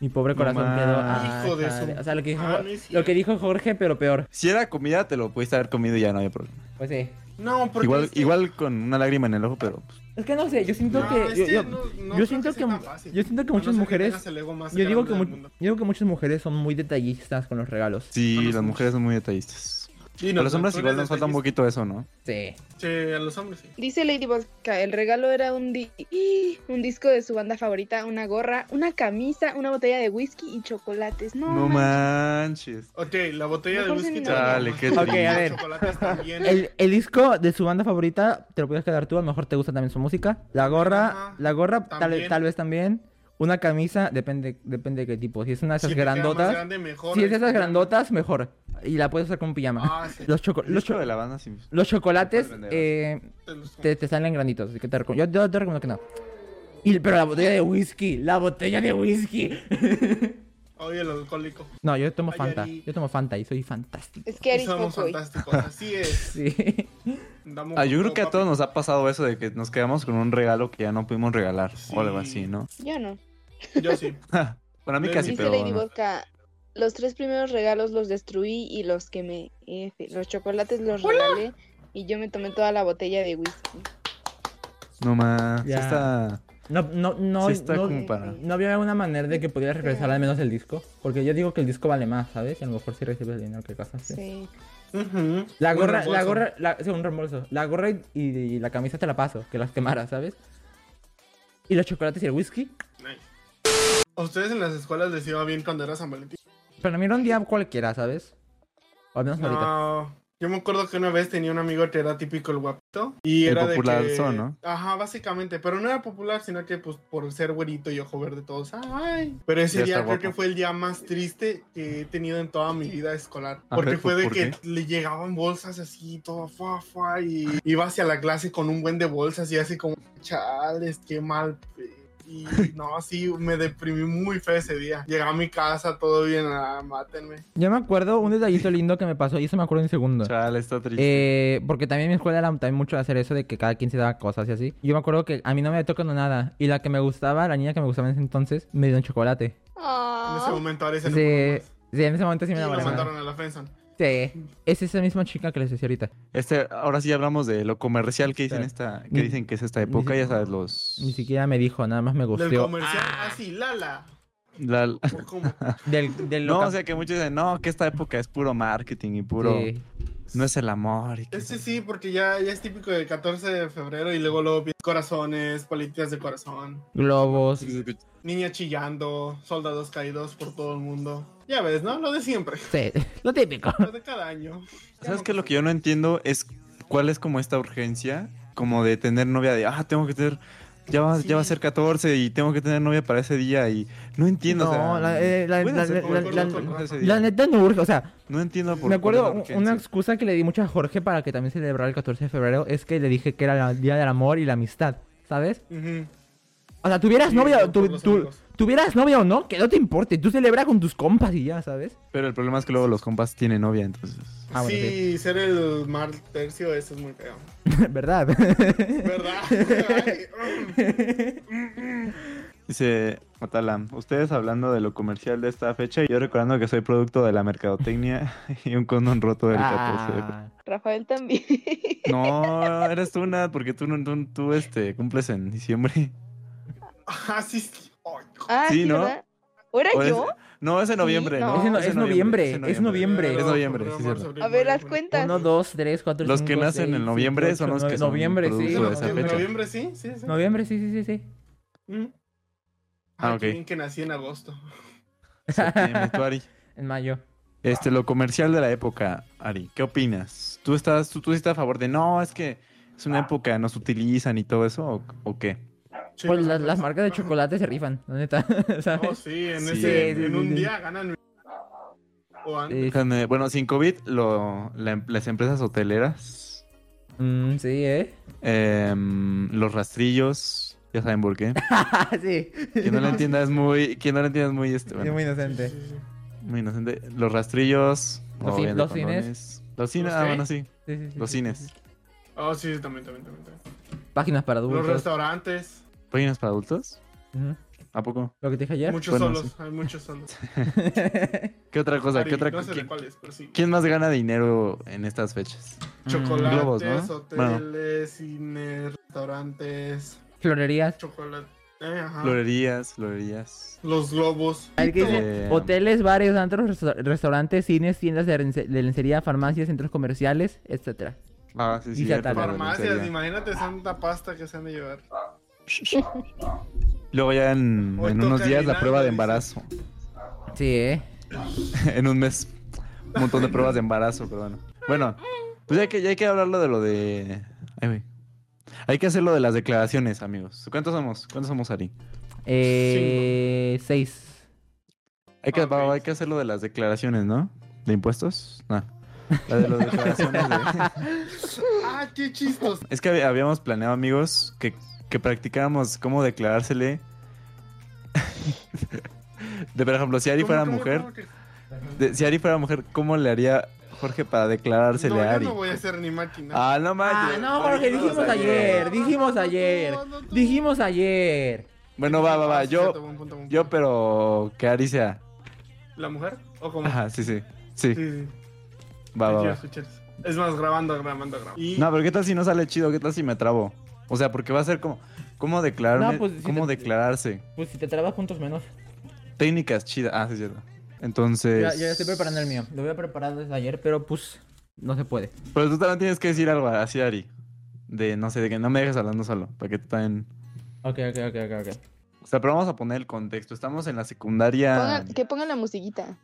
A: Mi pobre
B: No
A: corazón
B: más.
A: quedó. ah,
C: Hijo de
A: chale.
C: su-
A: O sea, lo que, dijo,
C: Ah, no es
A: lo que dijo Jorge, pero peor.
B: Si era comida, te lo pudiste haber comido y ya no había problema.
A: Pues sí.
C: No, porque.
B: Igual,
C: es que-
B: igual con una lágrima en el ojo, pero pues,
A: Es que no sé, yo siento
C: No,
A: que.
C: es
A: Yo,
C: que
A: yo-
C: no- no
A: yo
C: creo
A: siento
C: que
A: que.
C: sea
A: mu-
C: tan fácil.
A: Yo siento que
C: a no
A: muchas
C: ser
A: mujeres.
C: tengas el ego más
A: Yo digo,
C: grande
A: que
C: del
A: mu-
C: mundo.
A: yo digo que muchas mujeres son muy detallistas con los regalos.
B: sí,
C: Con los
B: las
C: hombres.
B: mujeres son muy detallistas.
C: Sí,
B: a
C: no,
B: los
C: no,
B: hombres
C: tú
B: igual
C: eres
B: nos falta un
C: detallista.
B: poquito eso, ¿no?
A: Sí.
C: Sí, a los hombres sí.
D: Dice Lady Vodka, el regalo era un, di- ¡Ih! un disco de su banda favorita, una gorra, una camisa, una botella de whisky y chocolates. No,
B: No
D: manches.
B: manches.
C: Ok, la botella de
D: Mejor
C: whisky
D: sin
C: te la
B: nada.
C: llevas.
B: Chale, qué
A: Ok, ah, a ver.
C: Chocolates también.
A: El, el disco de su banda favorita te lo puedes quedar tú, a lo mejor te gusta también su música. La gorra,
C: Ajá,
A: la gorra tal,
C: también.
A: tal vez también. Una camisa, depende, depende de qué tipo. Si es una de
C: Si
A: esas
C: te queda más
A: grandotas.
C: grande, mejor.
A: Si es de esas grandotas, mejor. Y la puedes usar con pijama.
C: Ah, sí,
A: Los, choco-
B: El
A: los,
B: disco
A: cho-
B: de la banda sí.
A: los chocolates
B: Se puede
A: eh,
C: te los-
A: te, te salen granitos, así que te recom- yo, yo te recomiendo que no. Y, pero la botella de whisky, la botella de whisky.
C: Oye, el alcohólico.
A: No, yo tomo
C: Ay,
A: Fanta.
C: Ari.
A: Yo tomo Fanta y soy fantástico.
D: Es que eres
C: Somos
D: poco.
C: fantásticos, así es.
A: Sí.
C: Damos
B: Ah, yo creo
C: con todo,
B: que a
C: papi.
B: todos nos ha pasado eso de que nos quedamos con un regalo que ya no pudimos regalar o algo
C: Sí.
B: así, ¿no?
D: Yo no.
C: Yo sí.
B: Para mí
C: De
B: casi,
C: mis-
D: Dice
B: pero
D: Lady
B: no.
D: Vodka, los tres primeros regalos los destruí y los quemé. F. Los chocolates los regalé y yo me tomé toda la botella de whisky.
B: No más. Sí
A: Ya.
B: está,
A: No, no, no,
B: sí está
A: no,
B: como para...
A: no había alguna manera de que pudieras regresar al menos el disco. Porque yo digo que el disco vale más, ¿sabes? Y a lo mejor si recibes el dinero que gastaste.
D: Sí.
C: Ujú.
A: La
C: Un
A: gorra, la
C: reembolso.
A: gorra, la, sí, un reembolso. La gorra y, y la camisa te la paso, que las quemaras, ¿sabes? Y los chocolates y el whisky.
C: Nice. ¿A ustedes en las escuelas les iba bien cuando era San Valentín?
A: Para mí era un día cualquiera, ¿sabes? O al menos ahorita.
C: No. Yo me acuerdo que una vez tenía un amigo que era típico el guapito. Y
B: El
C: era de que...
B: popularzón, ¿no?
C: Ajá, básicamente. Pero no era popular, sino que pues por ser güerito y ojo verde todos. Ay. Pero ese
B: Ya
C: día
B: está
C: creo
B: guapo.
C: que fue el día más triste que he tenido en toda mi vida escolar.
B: A
C: Porque
B: ver,
C: fue de
B: ¿por
C: que
B: qué?
C: le llegaban bolsas así, todo fa, fa. Y iba hacia la clase con un buen de bolsas y así como, chales, qué mal. pe- Y no, así me deprimí muy feo ese día. Llegué a mi casa, todo bien, ah, mátenme.
A: Yo me acuerdo un detallito lindo que me pasó, y eso me acuerdo en segundo.
B: Chale, está triste.
A: Eh, porque también en mi escuela era también mucho de hacer eso de que cada quien se daba cosas y así. Yo me acuerdo que a mí no me tocan nada. Y la que me gustaba, la niña que me gustaba en ese entonces, me dio un chocolate.
C: En
D: Ah.
C: ese momento ahora
A: Sí,
C: ese no pudo más.
A: sí, en ese momento sí me
C: Y lo
A: enamoré.
C: mandaron a la Friendzone.
A: Sí, es esa misma chica que les decía ahorita.
B: Este, ahora sí hablamos de lo comercial que
A: Claro.
B: dicen esta,
A: Ni-
B: que dicen que es esta
A: ni
B: época, ya
A: siquiera-
B: sabes, los
A: Ni siquiera me dijo, nada más me
B: Pues
C: Del
A: gustó.
C: comercial,
D: Ah.
C: así, Lala. Pues
B: la-
C: ¿O cómo?
A: Ah, Del, del
B: no,
A: loca-
B: o sea que muchos dicen, no, que esta época es puro marketing y puro
A: Sí.
B: no es el amor y que-
C: Este sí, porque ya, ya es típico del 14 de febrero y luego luego pi- corazones, palitas de corazón,
A: Globos.
C: niña chillando, soldados caídos por todo el mundo. Ya ves, ¿no? Lo de siempre,
A: Sí, lo típico.
C: lo de cada año.
B: ¿Sabes qué? Lo que yo no entiendo es cuál es como esta urgencia, como de tener novia de, ah, tengo que tener, ya va, ya va a ser 14 y tengo que tener novia para ese día y no entiendo. o
A: No,
B: sea,
A: la- eh, la-
B: pueden
A: la-
B: hacer
A: la-
B: como
A: la-
B: cosas
A: la-
B: con cosas ese
A: La
B: día.
A: neta no urge, o sea,
B: No entiendo por
A: me
B: cuál es la
A: acuerdo u-
B: urgencia.
A: una excusa que le di mucho a Jorge para que también celebrara el 14 de febrero es que le dije que era el día del amor y la amistad, ¿sabes?
C: Ujú.
A: O sea, tuvieras
C: Sí,
A: novia,
C: no, por
A: tu-
C: los
A: tu-
C: amigos.
A: tuvieras novia o no, que no te importe, tú celebra con tus compas y ya, ¿sabes?
B: Pero el problema es que luego los compas tienen novia, entonces.
A: Ah, bueno,
C: sí, ser el mar tercio, eso es muy feo.
A: ¿Verdad?
C: ¿Verdad? Ay, oh.
B: Dice Matalam, ustedes hablando de lo comercial de esta fecha, y yo recordando que soy producto de la mercadotecnia y un condón roto del 14 de
A: Ah,
D: Rafael también.
B: No, eres tú, Nat, porque tú, no- tú, tú, este, cumples en diciembre.
C: Ah, sí, sí. Ay,
D: ah,
B: Sí,
D: sí,
B: ¿no? Pues,
D: ¿verdad? ¿O era
B: ¿O es-
D: yo?
B: No, es en noviembre,
D: Sí,
B: ¿no?
D: no. Es en-
A: es noviembre, es noviembre.
B: Es noviembre, sí,
C: Febrero,
B: cierto.
C: marzo, abril,
D: A ver,
C: mayo,
D: haz
C: junio.
D: cuentas.
A: Uno, dos, tres, cuatro,
B: Los
A: cinco,
B: que nacen
A: seis,
B: en noviembre
A: siete,
B: son
A: ocho,
B: los
A: nueve-
B: que son
A: Noviembre, sí.
B: producto de esa
C: noviembre,
B: pues, fecha.
C: noviembre, sí, sí, sí.
A: Noviembre, sí, sí, sí, sí.
C: Mm.
B: Ah,
C: Ah,
B: ok.
C: qué bien que nací en agosto.
B: Septiembre, tú, Ari.
A: En mayo.
B: Este, lo comercial de la época, Ari, ¿qué opinas? ¿Tú estás, tú, tú sí estás a favor de no, es que es
D: Ah.
B: una época, nos utilizan y todo eso, o, o qué?
C: Sí,
A: pues
C: no,
A: las, las
C: pues,
A: marcas de chocolate se rifan, la neta,
C: Oh,
A: ¿sabes?
C: sí, en,
B: Sí,
C: ese,
A: sí,
C: en
A: sí,
C: un
A: sí.
C: día ganan. O antes.
A: Sí,
B: Déjame- bueno, sin COVID, lo- la- em, las empresas hoteleras,
A: Mm, sí, ¿eh?
B: em, los rastrillos, ya saben por qué.
A: sí.
B: Quien no lo entienda es muy, quien no lo entienda es muy, este, bueno,
A: Es muy
C: Sí,
A: inocente.
C: sí, sí.
B: muy inocente. Los rastrillos,
A: Los cin-
B: obviamente,
A: los cines.
B: condones. Los cines,
C: ¿Los
B: ah,
C: qué?
B: bueno, sí,
A: Sí, sí, sí,
B: los
A: sí, sí,
B: cines.
A: sí.
C: Oh, sí, también, también, también. también.
A: Páginas para
C: Los
A: adultos.
C: restaurantes.
B: ¿Páginas para adultos?
A: Ujú.
B: ¿A poco?
A: Lo que te dije ayer.
C: Muchos
B: Bueno,
C: solos,
B: sí.
C: hay muchos solos.
B: ¿Qué otra cosa?
C: Ari,
B: ¿Qué otra
C: no sé de
B: ¿quién,
C: cuál es, pero sí.
B: quién más gana dinero en estas fechas?
A: Mm,
C: Chocolates,
B: Globos, ¿no?
C: hoteles, cines, restaurantes,
A: Florerías.
C: chocolate. eh, ajá.
B: Florerías, florerías.
C: Los globos.
A: A ver, ¿qué dice?
B: Eh,
A: Hoteles, bares, antros, resta- restaurantes, cines, tiendas de rence- de lencería, farmacias, centros comerciales, etcétera.
B: Ah, sí,
A: Y
B: sí.
A: Satán. Claro,
C: Farmacias, imagínate tanta pasta que se han de llevar.
B: Luego ya en,
C: Hoy
B: en unos
C: toca
B: días la
C: Aguinaldo,
B: prueba de
C: dice.
B: embarazo.
A: Sí, ¿eh?
B: en un mes. Un montón de pruebas de embarazo, pero bueno. Bueno, pues ya hay que, ya hay que hablarlo de lo de. Ay, güey. Hay que hacer lo de las declaraciones, amigos. ¿Cuántos somos? ¿Cuántos somos, Ari?
A: Eh, seis.
B: Hay que,
C: Ok.
B: va- hay que hacer lo de las declaraciones, ¿no? ¿De impuestos? No. La de las declaraciones de-
C: ¡Ah, qué chistos!
B: Es que hab- habíamos planeado, amigos, que, que practicáramos cómo declarársele. de, por ejemplo, si Ari
C: ¿Cómo,
B: fuera
C: cómo,
B: mujer,
C: cómo que-
B: de- si Ari fuera mujer, ¿cómo le haría Jorge para declarársele
C: No,
B: a
C: yo
B: Ari?
C: no voy a hacer ni máquina.
B: Ah, no
A: Ah,
B: manches.
A: no, Jorge,
B: Dijimos
A: dijimos ayer, dijimos ayer, dijimos ayer.
B: Bueno, va, va, va.
C: Ah, sí,
B: Yo,
C: cierto, buen punto, buen
B: yo,
C: punto.
B: pero que Ari sea.
C: ¿La mujer? ¿O cómo?
B: Ajá, sí, sí. Sí,
C: Sí, sí.
B: va, va,
C: Quiero
B: va.
C: escuchar eso. Es más, grabando, grabando, grabando. Y
B: No, pero ¿qué tal si no sale chido? ¿Qué tal si me trabo? O sea, porque va a ser como. ¿Cómo declararme?
A: No, pues, si
B: ¿Cómo
A: te-
B: declararse?
A: Pues si te trabas puntos menos.
B: Técnicas chidas. Ah, sí, cierto.
A: Yo
B: Entonces.
A: ya estoy preparando el mío. Lo voy a preparar desde ayer, pero pues no se puede.
B: Pero tú también tienes que decir algo así, Ari. De no sé, de que no me dejes hablando solo. Para que tú también.
A: Ok, ok, ok, ok, ok.
B: O sea, pero vamos a poner el contexto. Estamos en la secundaria.
D: Pongan- que pongan la musiquita.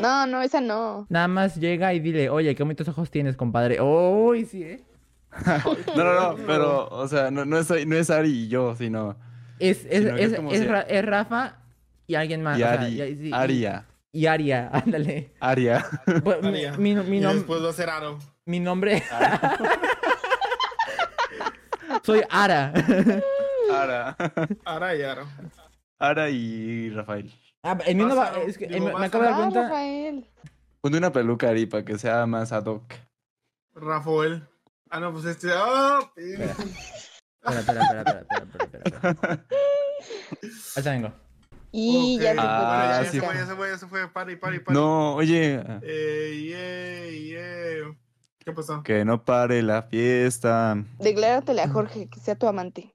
D: No, no, esa no.
A: Nada más llega y dile, oye, qué bonitos ojos tienes, compadre. Uy, sí, ¿eh?
B: No, no, no, pero, o sea, no, no, es, no es Ari y yo, sino.
A: Es, es,
B: Sino que
A: es,
B: es como
A: es
B: si-
A: Ra- es Rafa y alguien más.
B: Y
A: Ah, o sea,
B: Ari,
A: y- y- y-
B: Aria.
A: Y Aria, ándale.
B: Aria.
A: Pues, mi-
C: Aria.
A: Mi, mi
C: y
A: nom-
C: después va a ser Aro.
A: mi nombre. Soy Ara.
B: Ara.
C: Ara y Aro.
B: Ara y Rafael.
A: Ah, el mío no va.
C: Vas a-
A: Es que,
C: digo,
A: eh, me, me
C: vas a-
A: acabo de dar
D: Ah,
A: cuenta.
D: Rafael.
B: Ponte una peluca, Ari, para que sea más ad hoc.
C: Rafael. Ah, no, pues este. ¡Ah!
A: Espera, espera, espera, espera, espera, espera, espera, espera. Ahorita vengo.
D: Y
C: Ok.
D: ya se
B: Ah,
C: Bueno, ya, ya
D: fue.
B: sí.
C: se fue, ya se fue, ya se fue. Pari, pari, pari.
B: No, oye,
C: Ey, ey, ey. Eh, ¿Qué pasó?
B: que no pare la fiesta.
D: Decláratele a Jorge que sea tu amante.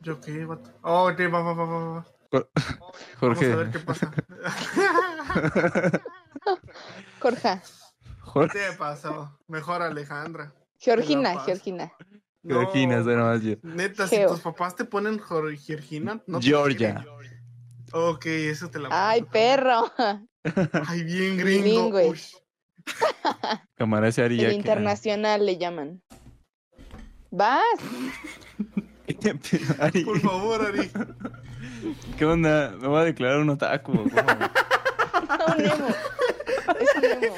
C: ¿Yo qué, vato? Oh, ok, va, va, va, va. va. Vamos a ver
B: Jorge.
C: qué pasa.
D: Jorge.
B: Jorge.
C: ¿Qué pasó? Mejor Alejandra.
D: Georgina,
C: paz.
D: Georgina.
C: No,
B: Georgina, es nomás yo.
C: Neta, si
D: Geo.
C: tus papás te ponen Jor- Georgina, no te
B: Georgia.
C: quieren. Ok, eso te la
D: Ay,
C: paso.
D: perro.
C: Ay, bien gringo.
D: Bilingüe.
C: uy.
B: Cámara ese Ari. ya
D: El
B: que-
D: internacional le llaman. ¿Vas?
B: Ari,
C: Por favor, Ari.
B: ¿qué onda? Me voy a declarar un otaku. por favor.
D: No, un emo. Es un emo.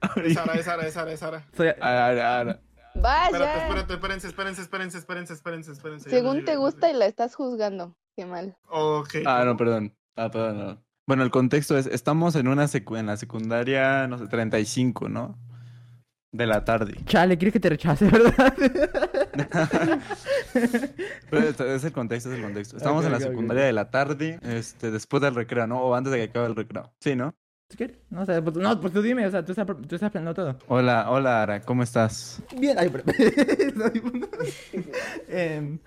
B: Ari.
C: Es Sara, es Sara, es Sara, es Sara.
A: Soy,
B: Ara, ara.
D: Vas
C: Espérate,
D: ya.
C: espérate, espérense, espérense, espérense, espérense, espérense, espérense. ya
D: Según
C: les
D: te
C: digo, ya les
D: gusta y la estás juzgando. Qué mal.
C: digo. Ok.
B: Ah, no, perdón. Ah, perdón, no. Bueno, el contexto es, estamos en una secu en la secundaria, no sé, 35, ¿no? De la tarde.
A: Chale, quieres que te rechace, ¿verdad?
B: Pero es- es el contexto, es el contexto. Estamos
A: Ok,
B: en la
A: ok, ok.
B: secundaria de la tarde, este, después del recreo, ¿no? O antes de que acabe el recreo. Sí, ¿no?
A: ¿Tú quieres? No, o sea, pues, no, pues tú dime, o sea, tú estás, tú estás planeando todo.
B: Hola, hola, Ara, ¿cómo estás?
A: Bien, ay, pero... Em, eh,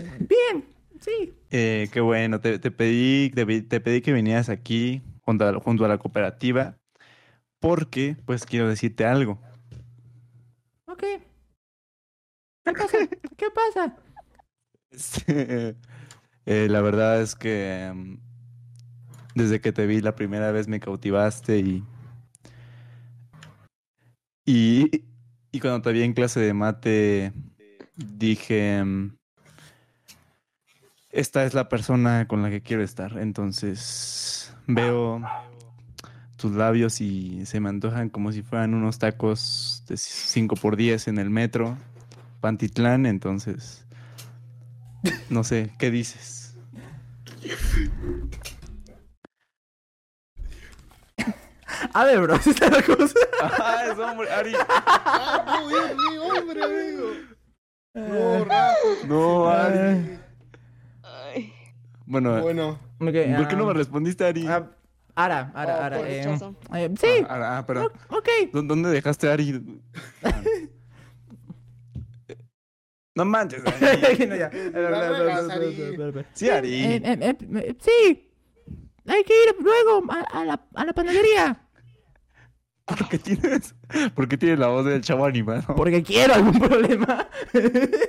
A: eh, bien, sí.
B: Eh, qué bueno, te, te pedí, te, pe- te pedí que vinieras aquí junto a, junto a la cooperativa porque, pues, quiero decirte algo.
A: Ok. ¿Qué pasa? ¿Qué pasa?
B: Este, eh, la verdad es que mm, desde que te vi la primera vez me cautivaste y, y, y cuando te vi en clase de mate dije, mm, esta es la persona con la que quiero estar. Entonces veo tus labios y se me antojan como si fueran unos tacos de 5 por 10 en el metro, Pantitlán, entonces... No sé, ¿qué dices?
A: A ver, bro, esa es la cosa.
B: ¡Ah, es hombre! ¡Ari!
C: Ah, uy, mi hombre,
A: Eh,
D: Ah.
C: amigo. No, Rafa.
B: ¡No,
A: Ari.
B: Ari!
D: Ay.
B: Bueno,
C: Bueno,
A: Ok,
B: ¿por qué no me
A: ah,
B: respondiste, Ari?
A: ah, Ara, Ara,
D: Oh,
A: Ara.
D: por
A: eh,
D: rechazo.
A: eh, sí,
B: Ah, ah, perdón.
A: ok.
B: ¿Dó- ¿Dónde dejaste a Ari? Ah. No manches, Ari.
A: No, ya. Espera, espera, espera, espera, espera, espera.
B: Sí,
A: Eh,
B: Ari.
A: eh, eh, eh, sí, hay que ir luego a, a la, a la panadería.
B: ¿Por qué tienes, por qué tienes la voz del chavo animado?
A: Porque quiero algún problema.
C: bueno,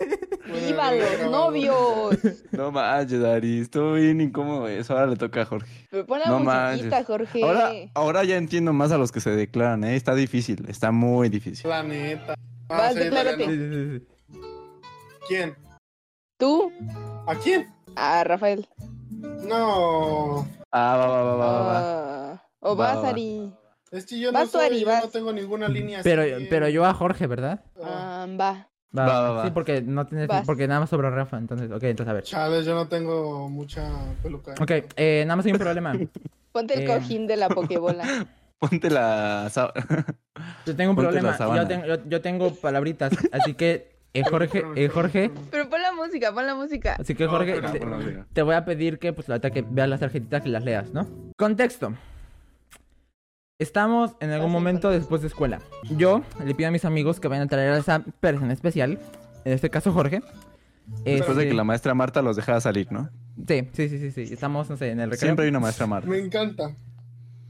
D: ¡Viva los
C: grabado.
D: novios!
B: No manches, Ari. Estuvo bien incómodo eso. Ahora le toca a Jorge.
D: Pero pon la
B: No
D: musiquita,
B: manches.
D: Jorge.
B: Ahora, ahora ya entiendo más a los que se declaran, ¿eh? Está difícil, está muy difícil.
C: La neta. Ah,
D: Vas,
C: sí,
D: declárate.
C: todavía
A: sí, sí.
C: no. ¿Quién?
D: Tú,
C: ¿A quién?
D: a Rafael.
C: No.
B: Ah, va, va, va, va, va,
A: Oh.
B: va.
D: Ah, o
B: Va,
D: vas,
B: va.
D: Ari.
C: Es que yo no,
D: Vas tú, Ari,
C: soy, yo
D: vas.
C: no tengo ninguna línea. así
A: Pero,
C: que-
A: pero yo a Jorge, ¿verdad?
C: Ah,
D: Ah, va.
A: Va,
B: Va, va, va.
A: Sí, porque no tienes,
D: Vas.
A: porque nada más sobre Rafa, entonces, ok, entonces a ver.
C: Chales, yo no tengo mucha peluca.
A: Ok, eh, nada más hay un problema.
D: Ponte el
A: Eh.
D: cojín de la pokebola.
B: Ponte la. sa-
A: Yo tengo un
B: Ponte la
A: problema. Yo,
B: sábana.
A: tengo- yo- yo tengo palabritas, así que eh, Jorge, eh, Jorge,
D: Pero pon la música, pon la música.
A: así que
C: No,
A: Jorge,
C: espera,
A: te-
B: bueno, mira.
A: te voy a pedir que pues ahorita que veas las tarjetitas y las leas, ¿no? Contexto. Estamos en algún
D: Vas,
A: momento
D: Nicolás.
A: después de escuela. Yo le pido a mis amigos que vayan a traer a esa persona especial, en este caso Jorge.
B: Después de
A: Este,
B: que la maestra Marta los dejara salir, ¿no?
A: Sí, sí, sí, sí, sí. Estamos, no sé, en el recreo.
B: Siempre hay una maestra Marta.
C: Me encanta.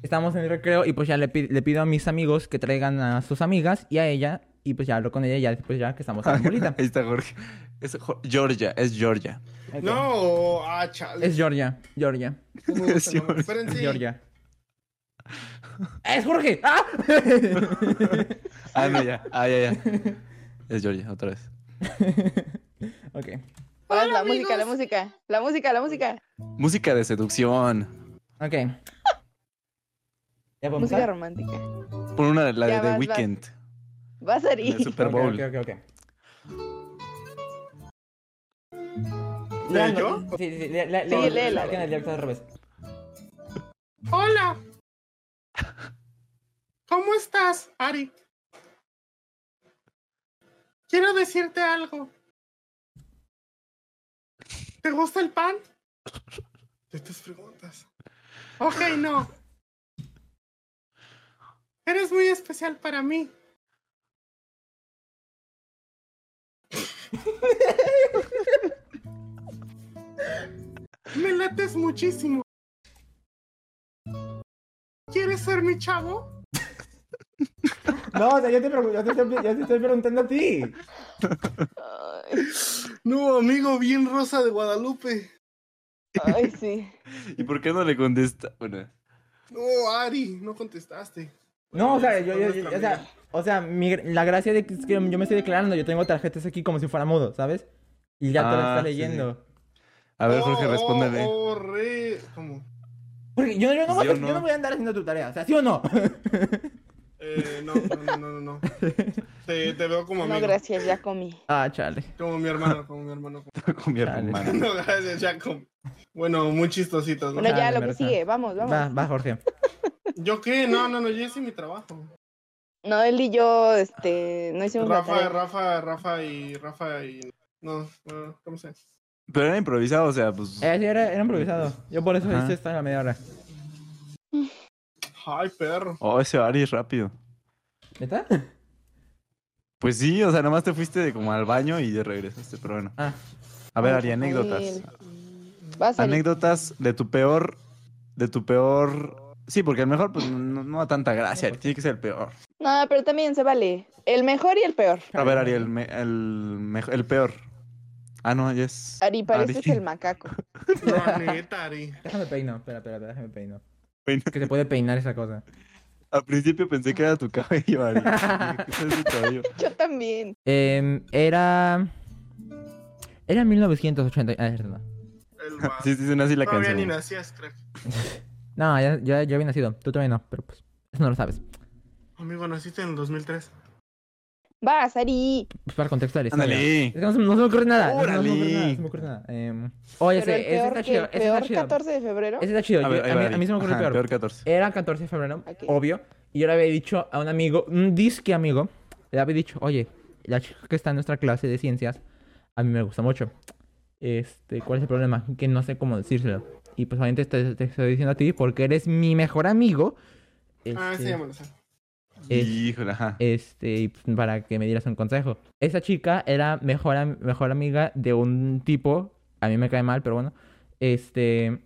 A: Estamos en el recreo y pues ya le, pi- le pido a mis amigos que traigan a sus amigas y a ella. Y pues ya hablo con ella y ya después ya que estamos en la bolita.
B: Ahí está Jorge. Es Jo- Georgia, es Georgia.
A: Ok.
C: No, ah, chales.
A: Es Georgia, Georgia,
C: No me gusta, no me-
B: Georgia.
C: Espérense.
A: Georgia. ¡Es Jorge! ¡Ah!
B: Ah, no, ya. Ah, ya, ya. Es Georgia, otra vez.
A: ok.
D: Pon la música, la música. La música, la música.
B: Música de seducción.
A: Ok. ¿Ya podemos
D: Música
A: empezar?
D: romántica.
B: Por una la
D: Ya
B: de The
D: vas, vas.
B: Weeknd.
D: Vas, Ari.
B: La de Super
A: Ok,
B: Bowl.
A: ok, ok, ok.
C: ¿Ya
A: Leanlo.
C: yo?
A: Sí, sí, sí, le- le-
D: Sí,
A: le-
D: léela.
A: saquen el dialecto al revés.
C: Hola. ¿Cómo estás, Ari? Quiero decirte algo. ¿Te gusta el pan? De tus preguntas. Ok, no. Eres muy especial para mí. Me lates muchísimo. ¿Quieres ser mi chavo?
A: No, o sea, yo te, pregun- yo te estoy- yo te estoy preguntando a ti.
D: Ay,
C: No, amigo, bien rosa de Guadalupe.
D: ay, sí.
B: ¿Y por qué no le contesta? Bueno,
C: No, Ari, no contestaste.
A: No, o sea, yo,
C: Con
A: yo-
C: nuestra
A: yo- o sea, o sea, mi- la gracia de que, es que yo me estoy declarando, yo tengo tarjetas aquí como si fuera mudo, ¿sabes? Y ya te lo
B: Ah,
A: está
B: sí, sí.
A: leyendo.
B: a ver, Jorge, respóndele.
C: Oh, oh, re... ¿Cómo?
A: Porque yo, yo no, voy,
B: ¿Sí
A: a-
B: o
A: yo
B: no?
A: no voy a andar haciendo tu tarea, o sea, ¿sí o no?
C: Eh, no, no, no, no, no. Te, te veo como
D: No,
C: amigo.
D: gracias, ya comí.
A: Ah, chale.
C: Como mi hermano, como mi hermano.
B: Con mi
A: Chale.
B: hermano.
C: No, gracias, Jacob. Bueno, muy chistositos, ¿no?
D: Bueno, ya
A: Dale,
D: lo que
A: Berta.
D: sigue, vamos, vamos.
A: Va, va, Jorge.
C: ¿Yo qué? No, no, no, yo hice mi trabajo.
D: No, él y yo, este, no hicimos la
C: Rafa,
D: tarea.
C: Rafa, Rafa y... Rafa y... No, no, ¿cómo se llama?
B: Pero era improvisado, o sea, pues.
A: Eh, sí, era, era improvisado. Yo por eso
B: Ajá.
A: hice esta en la media hora.
C: Ay, perro.
B: Oh, ese Ari es rápido.
A: ¿Está?
B: Pues sí, o sea, nada más te fuiste de como al baño y ya regresaste, pero bueno.
A: Ah.
B: A ver, Ari,
D: Ay,
B: anécdotas.
D: Vas, Ari.
B: Anécdotas de tu peor. De tu peor. Sí, porque el mejor, pues no, no da tanta gracia, Ari. Tiene que ser el peor.
D: No, pero también se vale. El mejor y el peor.
B: A ver, Ari, el, me- el, mejo- el peor. Ah, no, ya es.
D: Ari, pareces el macaco.
C: La neta, Ari.
A: Déjame peino, espera, espera, espera, déjame peino.
B: Peina.
A: Que se puede peinar esa cosa.
B: Al principio pensé que era tu cabello, Ari. Dije, ¿Qué es tu cabello?
D: Yo también.
A: Em, era. Era 1980. Ah, es verdad.
C: El vato.
B: Sí, sí, suena así la
C: Todavía ni
B: canción.
C: nacías, crack.
A: No, ya, ya, ya había nacido. Tú todavía no, pero pues. Eso no lo sabes.
C: Amigo, naciste en el 2003.
D: Vas, Ari.
A: Pues para contextualizar. Es
B: Ándale.
A: que no se, no se me ocurre nada. No, no se me ocurre
B: Órale.
A: nada. No se me ocurre nada. Em, oye, ese,
D: Pero el
A: ese
D: peor,
A: está
D: que-
A: chido.
D: el
A: Ese está
D: peor
A: chido.
D: 14 de febrero.
A: Ese está chido.
B: A,
A: yo-
B: ver, ahí
A: a
B: va,
A: mí,
B: Ari.
A: a mí se me ocurre
B: Ajá,
A: el peor.
B: 14.
A: Era 14 de febrero,
D: Ok.
A: obvio. Y yo le había dicho a un amigo, un disque amigo, le había dicho, oye, la chica que está en nuestra clase de ciencias, a mí me gusta mucho. este, ¿cuál es el problema? Que no sé cómo decírselo. Y pues obviamente te, te estoy diciendo a ti porque eres mi mejor amigo.
C: Ah,
A: Este,
C: sí, ya me lo sé.
A: es-
B: Híjole, ajá.
A: este, y pues, para que me dieras un consejo. Esa chica era mejor, am- mejor amiga de un tipo, a mí me cae mal, pero bueno, este,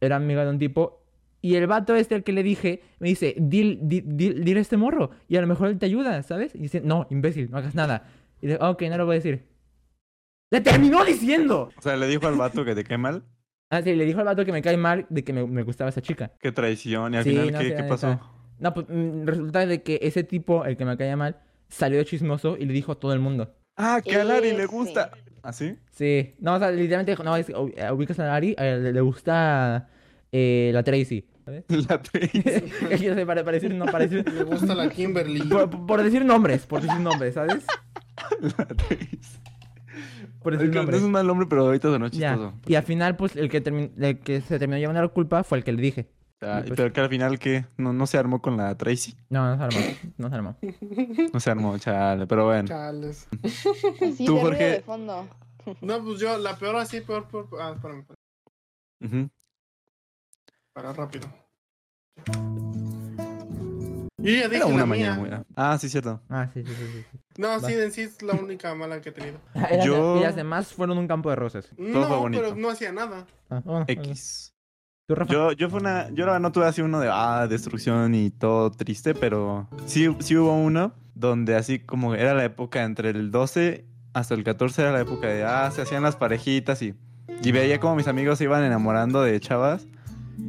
A: era amiga de un tipo, y el vato este al que le dije, me dice, dil, di- dil- dile a este morro, y a lo mejor él te ayuda, ¿sabes? Y dice, no, imbécil, no hagas nada. Y dice, ok, no lo voy a decir. ¡Le terminó diciendo!
B: O sea, le dijo al vato que te cae mal,
A: Ah, sí, le dijo al vato que me cae mal de que me, me gustaba esa chica.
B: que traición, y al
A: Sí,
B: final,
A: no,
B: ¿qué,
A: sí,
B: qué
A: la
B: pasó?
A: neta. No, pues mm, resulta de que ese tipo, el que me caía mal, salió de chismoso y le dijo a todo el mundo.
B: Ah, que a Lari le
D: Ese.
B: gusta. ¿Ah, ¿Así?
A: Sí, no, o sea, literalmente dijo, no, es, u- eh, ubicas a Ari, eh, le, le gusta eh, la Tracy. ¿sabes?
B: La Tracy.
A: Es que, o sea, para, para decir, no, para decir,
C: Le gusta la Kimberly.
A: por, por decir nombres, por decir nombres, ¿sabes?
B: La Tracy.
A: Por
B: Es
A: decir
B: que no
A: nombres.
B: es un mal nombre, pero ahorita sonó
A: Ya.
B: chistoso.
A: Y al final, pues, el que, termi- el que se terminó llevando la culpa fue el que le dije.
B: Ah,
A: Y pues-
B: Pero que al final, ¿qué? No, no se armó con la Tracy.
A: No, no se armó, no se armó.
B: No se armó, chale. Pero bueno.
C: Chales.
D: Sí,
B: Tú,
D: de ruido
B: Jorge.
D: de fondo.
C: No, pues yo, la peor así, peor por. Ah, espérame, espérame,
B: Ujú.
C: para rápido. Yo ya dije
B: Era una
C: la
B: mañana
C: mía.
B: muy- Ah, sí, cierto.
A: Ah, sí, sí, sí. sí, sí.
C: No,
A: Va.
C: sí, en sí es la única mala que he tenido.
A: Y las-
B: Yo-
A: Y las demás fueron un campo de rosas.
B: Todo fue
C: no,
B: bonito.
C: pero no hacía nada.
A: Ah, bueno,
B: X.
A: Tú, Rafa.
B: Yo, yo fue una, yo la verdad no tuve así uno de ah, destrucción y todo triste, pero sí, sí hubo uno donde así como era la época entre el 12 hasta el 14 era la época de ah, se hacían las parejitas y, y veía como mis amigos se iban enamorando de chavas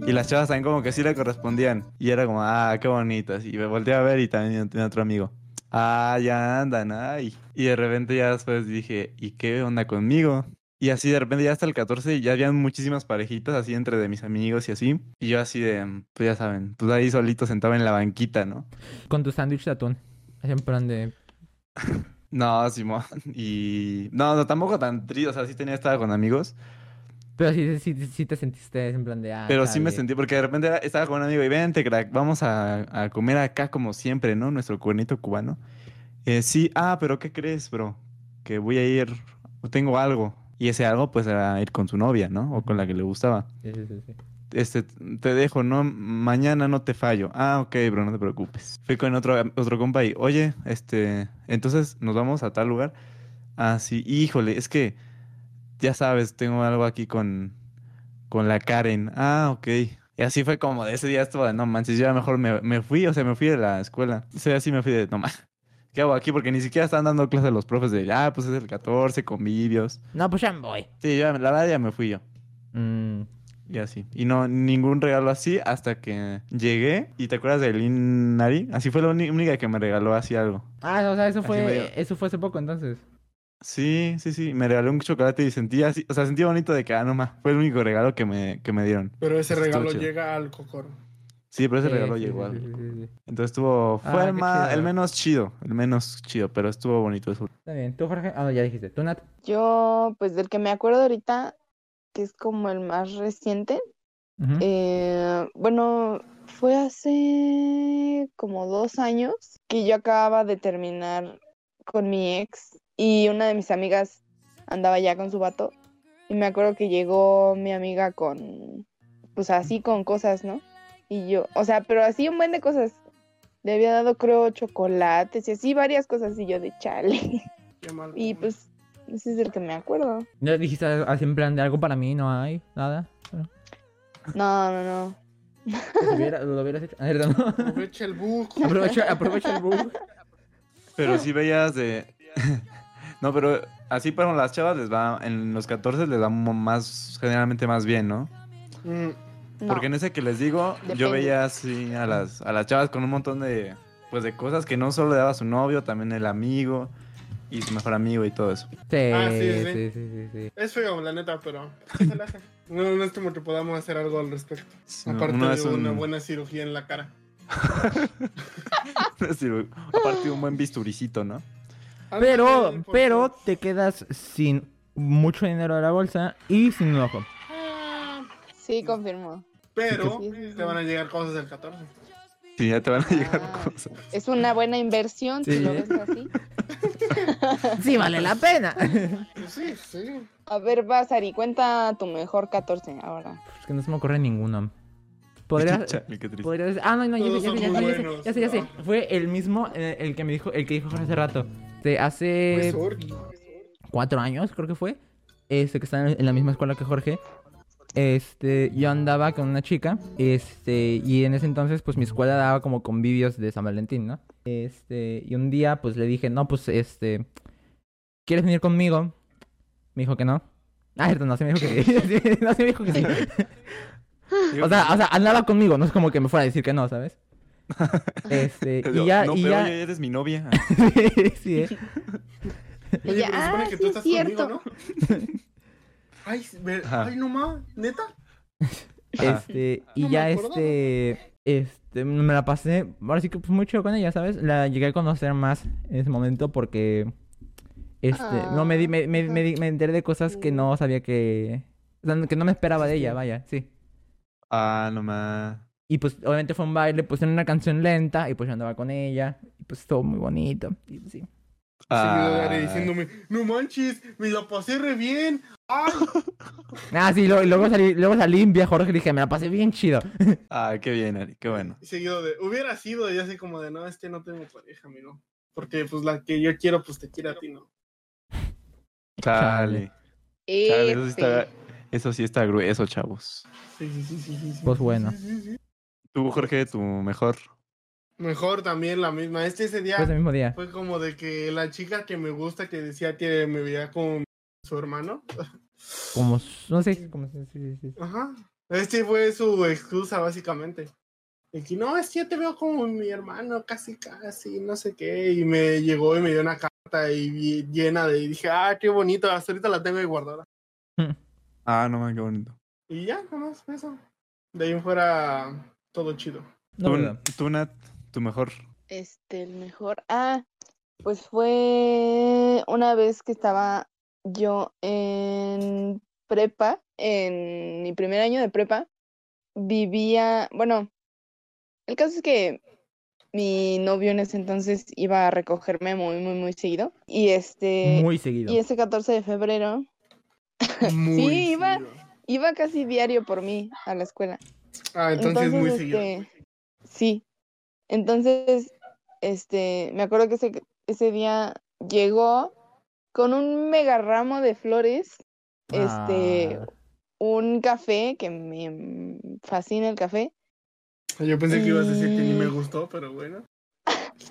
B: y las chavas también como que sí le correspondían y era como ah, qué bonitas y me volteé a ver y también tenía otro amigo. Ah, ya andan, ay. Y de repente ya después dije, ¿y qué onda conmigo? Y así de repente ya hasta el 14 ya habían muchísimas parejitas así entre de mis amigos y así. Y yo así de, mm, pues ya saben, pues ahí solito sentaba en la banquita, ¿no?
A: Con tu sándwich de atún. Así en plan de...
B: No, Simón. Y no, no, tampoco tan triste, o sea, sí tenía, estaba con amigos.
A: Pero sí, sí, sí, sí te sentiste en plan de... ah,
B: Pero sí me
A: chale.
B: sentí, porque de repente era- estaba con un amigo y vente, crack, vamos a, a comer acá como siempre, ¿no? Nuestro cuernito cubano. Eh, sí, ah, pero ¿qué crees, bro? Que voy a ir, o tengo algo. Y ese algo, pues era ir con su novia, ¿no? O con la que le gustaba.
A: Sí, sí, sí, sí.
B: este, te dejo, no, mañana no te fallo. Ah, ok, bro, no te preocupes. Fui con otro, otro compa y, oye, este, entonces nos vamos a tal lugar. Ah, sí, híjole, es que, ya sabes, tengo algo aquí con, con la Karen. Ah, ok. Y así fue como de ese día estuvo de, no manches, yo ya mejor me, me fui, o sea, me fui de la escuela. O sea, así me fui de, no manches, ¿qué hago aquí? Porque ni siquiera están dando clases los profes de, ah, pues es el 14, convivios.
A: No, pues ya me voy.
B: Sí, yo, la verdad ya me fui yo.
A: Mm,
B: Y así. Y no, ningún regalo así hasta que llegué. ¿Y te acuerdas de Linari? Así fue la uni- única que me regaló así algo.
A: Ah, o sea, eso
B: Así
A: fue,
B: medio-
A: eso fue hace poco entonces.
B: Sí, sí, sí. Me regaló un chocolate y sentí así. O sea, sentí bonito de que, ah, no más. Fue el único regalo que me, que me dieron.
C: Pero ese
B: Estuvo
C: regalo
B: chido.
C: llega al cocoro.
B: Sí, pero ese
A: Sí,
B: regalo
A: sí, sí,
B: llegó al-
A: sí, sí, sí.
B: Entonces estuvo. Fue
A: Ah,
B: el,
A: qué
B: más,
A: chido.
B: el menos chido. El menos chido, pero estuvo bonito eso.
A: Está bien. ¿Tú, Jorge? Ah, no, ya dijiste. ¿Tú, Nat?
D: Yo, pues del que me acuerdo ahorita, que es como el más reciente,
A: Ujú.
D: eh, bueno, fue hace como dos años que yo acababa de terminar con mi ex y una de mis amigas andaba ya con su vato y me acuerdo que llegó mi amiga con, pues así con cosas, ¿no? Y yo, o sea, pero así un buen de cosas. Le había dado, creo, chocolates y así varias cosas y yo de chale.
C: Qué mal.
D: Y pues, ese es el que me acuerdo.
A: ¿No dijiste así en plan de algo para mí? ¿No hay? ¿Nada? Bueno,
D: No, no, no.
A: que si hubiera- ¿Lo hubieras hecho? Ah, cierto, no.
C: Aprovecha el buco.
A: aprovecha, aprovecha el bug.
B: Pero sí veías de. no, pero así, pero las chavas les va. En los 14 les va mo- más. Generalmente más bien, ¿no?
C: Mm,
D: no.
B: Porque en ese que les digo,
D: Depende.
B: yo veía así a las, a las chavas con un montón de, pues de cosas que no solo le daba su novio, también el amigo y su mejor amigo y todo eso.
A: Sí,
C: Ah, sí,
A: sí,
C: sí,
A: sí,
C: sí.
A: sí, sí.
C: es feo, la neta, pero. ¿qué se le hace? No, no es como que podamos hacer algo al respecto.
B: Sí,
C: Aparte
B: uno
C: de
B: es un-
C: una buena cirugía en la cara.
B: es decir, aparte de un buen bisturicito, ¿no?
A: Pero,
C: Ándale, por
A: pero
C: favor.
A: te quedas sin mucho dinero de la bolsa y sin un ojo.
D: Sí, confirmó.
C: Pero
D: Sí, sí, sí.
C: te van a llegar cosas del 14.
B: Sí, ya te van a llegar
D: Ah.
B: cosas.
D: Es una buena inversión, si
A: Sí.
D: lo ves así.
A: Sí, vale la pena.
C: Pues sí, sí.
D: A ver, vas, Ari, cuenta tu mejor 14 ahora.
A: Es que no se me ocurre ninguno. Podría,
B: Chale, qué triste.
A: podría ser- Ah, no, no, ya,
C: Todos
A: sé, ya,
C: son
A: sé, ya,
C: muy
A: sé, ya sé,
C: buenos,
A: ya sé, ya sé.
C: ¿no?
A: Fue el mismo eh, el que me dijo, el que dijo Jorge hace rato. De
C: Fue
D: Eh,
A: hace
C: Sorgi.
A: cuatro años, creo que fue. Este, que estaba en en la misma escuela que Jorge. Este, yo andaba con una chica. Este, y en ese entonces, pues mi escuela daba como convivios de San Valentín, ¿no? Este, y un día, pues le dije, no, pues este, ¿quieres venir conmigo? Me dijo que no. Ah, cierto, no, se me dijo que sí. no, se me dijo que sí. O sea, o sea, andaba conmigo, no es como que me fuera a decir que no, ¿sabes? Este, y ya,
B: no,
A: y
B: pero
A: ya.
B: oye, eres mi novia.
A: sí, eh.
C: Oye,
D: Ya,
C: pero se
D: ah,
C: supone que
D: sí
C: tú estás
D: es cierto.
C: conmigo, ¿no? Ay, ve-
B: Ajá.
C: ay, no más, neta.
B: Ajá.
A: Este, y
C: No me
A: ya
C: acordaba.
A: este, este, me la pasé, ahora sí que pues mucho con ella, ¿sabes? La llegué a conocer más en ese momento porque, este, no, me, di- me, me, me di- me enteré de cosas que no sabía que, o sea, que no me esperaba de ella, vaya, sí.
B: Ah, no más.
A: Y pues obviamente fue un baile, pusieron una canción lenta y pues yo andaba con ella y pues estuvo muy bonito. Y, pues, sí.
B: ah,
C: Seguido de Ari diciéndome, no manches, me la pasé re bien. Ay,
A: Ah, sí, lo- y luego salí, luego salí en viaje Jorge y dije, me la pasé bien chido.
B: Ah, qué bien, Ari, qué bueno.
C: seguido de, hubiera sido, y así como de, no, es que no tengo pareja, amigo. Porque pues la que yo quiero, pues te quiere a ti, ¿no?
A: Chale.
B: Chale. Chale, eso sí
D: F.
B: está, eso sí está grueso, chavos.
C: Sí, sí, sí, sí, sí, sí,
A: Pues
C: sí,
A: bueno.
C: sí, sí, sí.
B: Tú, Jorge, tu mejor.
C: Mejor también la misma. Este ese día
A: Fue ese pues mismo día.
C: fue como de que la chica que me gusta, que decía que me veía con su hermano.
A: Como, no sé, como, sí, sí, sí.
C: Ajá. Este fue su excusa, básicamente. De que no, es que yo te veo como mi hermano, casi, casi, no sé qué. Y me llegó y me dio una carta y vi- llena de. Y dije, ah, qué bonito, hasta ahorita la tengo ahí guardada.
B: Ah, no más, qué bonito.
C: Y ya, nomás, eso. De ahí en fuera, todo chido.
A: No,
B: tú,
A: verdad.
B: tú, Nat, tu mejor.
D: Este, el mejor. Ah, pues fue una vez que estaba yo en prepa, en mi primer año de prepa, vivía, bueno, el caso es que mi novio en ese entonces iba a recogerme muy, muy, muy seguido. Y este,
A: muy seguido.
D: y ese 14 de febrero
C: Muy
D: Sí, iba-
C: seguido.
D: iba casi diario por mí a la escuela.
C: Ah, entonces, muy seguido.
D: este, Sí. Entonces, este, me acuerdo que ese, ese día llegó con un mega ramo de flores, este,
A: Ah.
D: un café, que me fascina el café.
C: Yo pensé que ibas a decir que ni me
D: y-
C: gustó, pero bueno.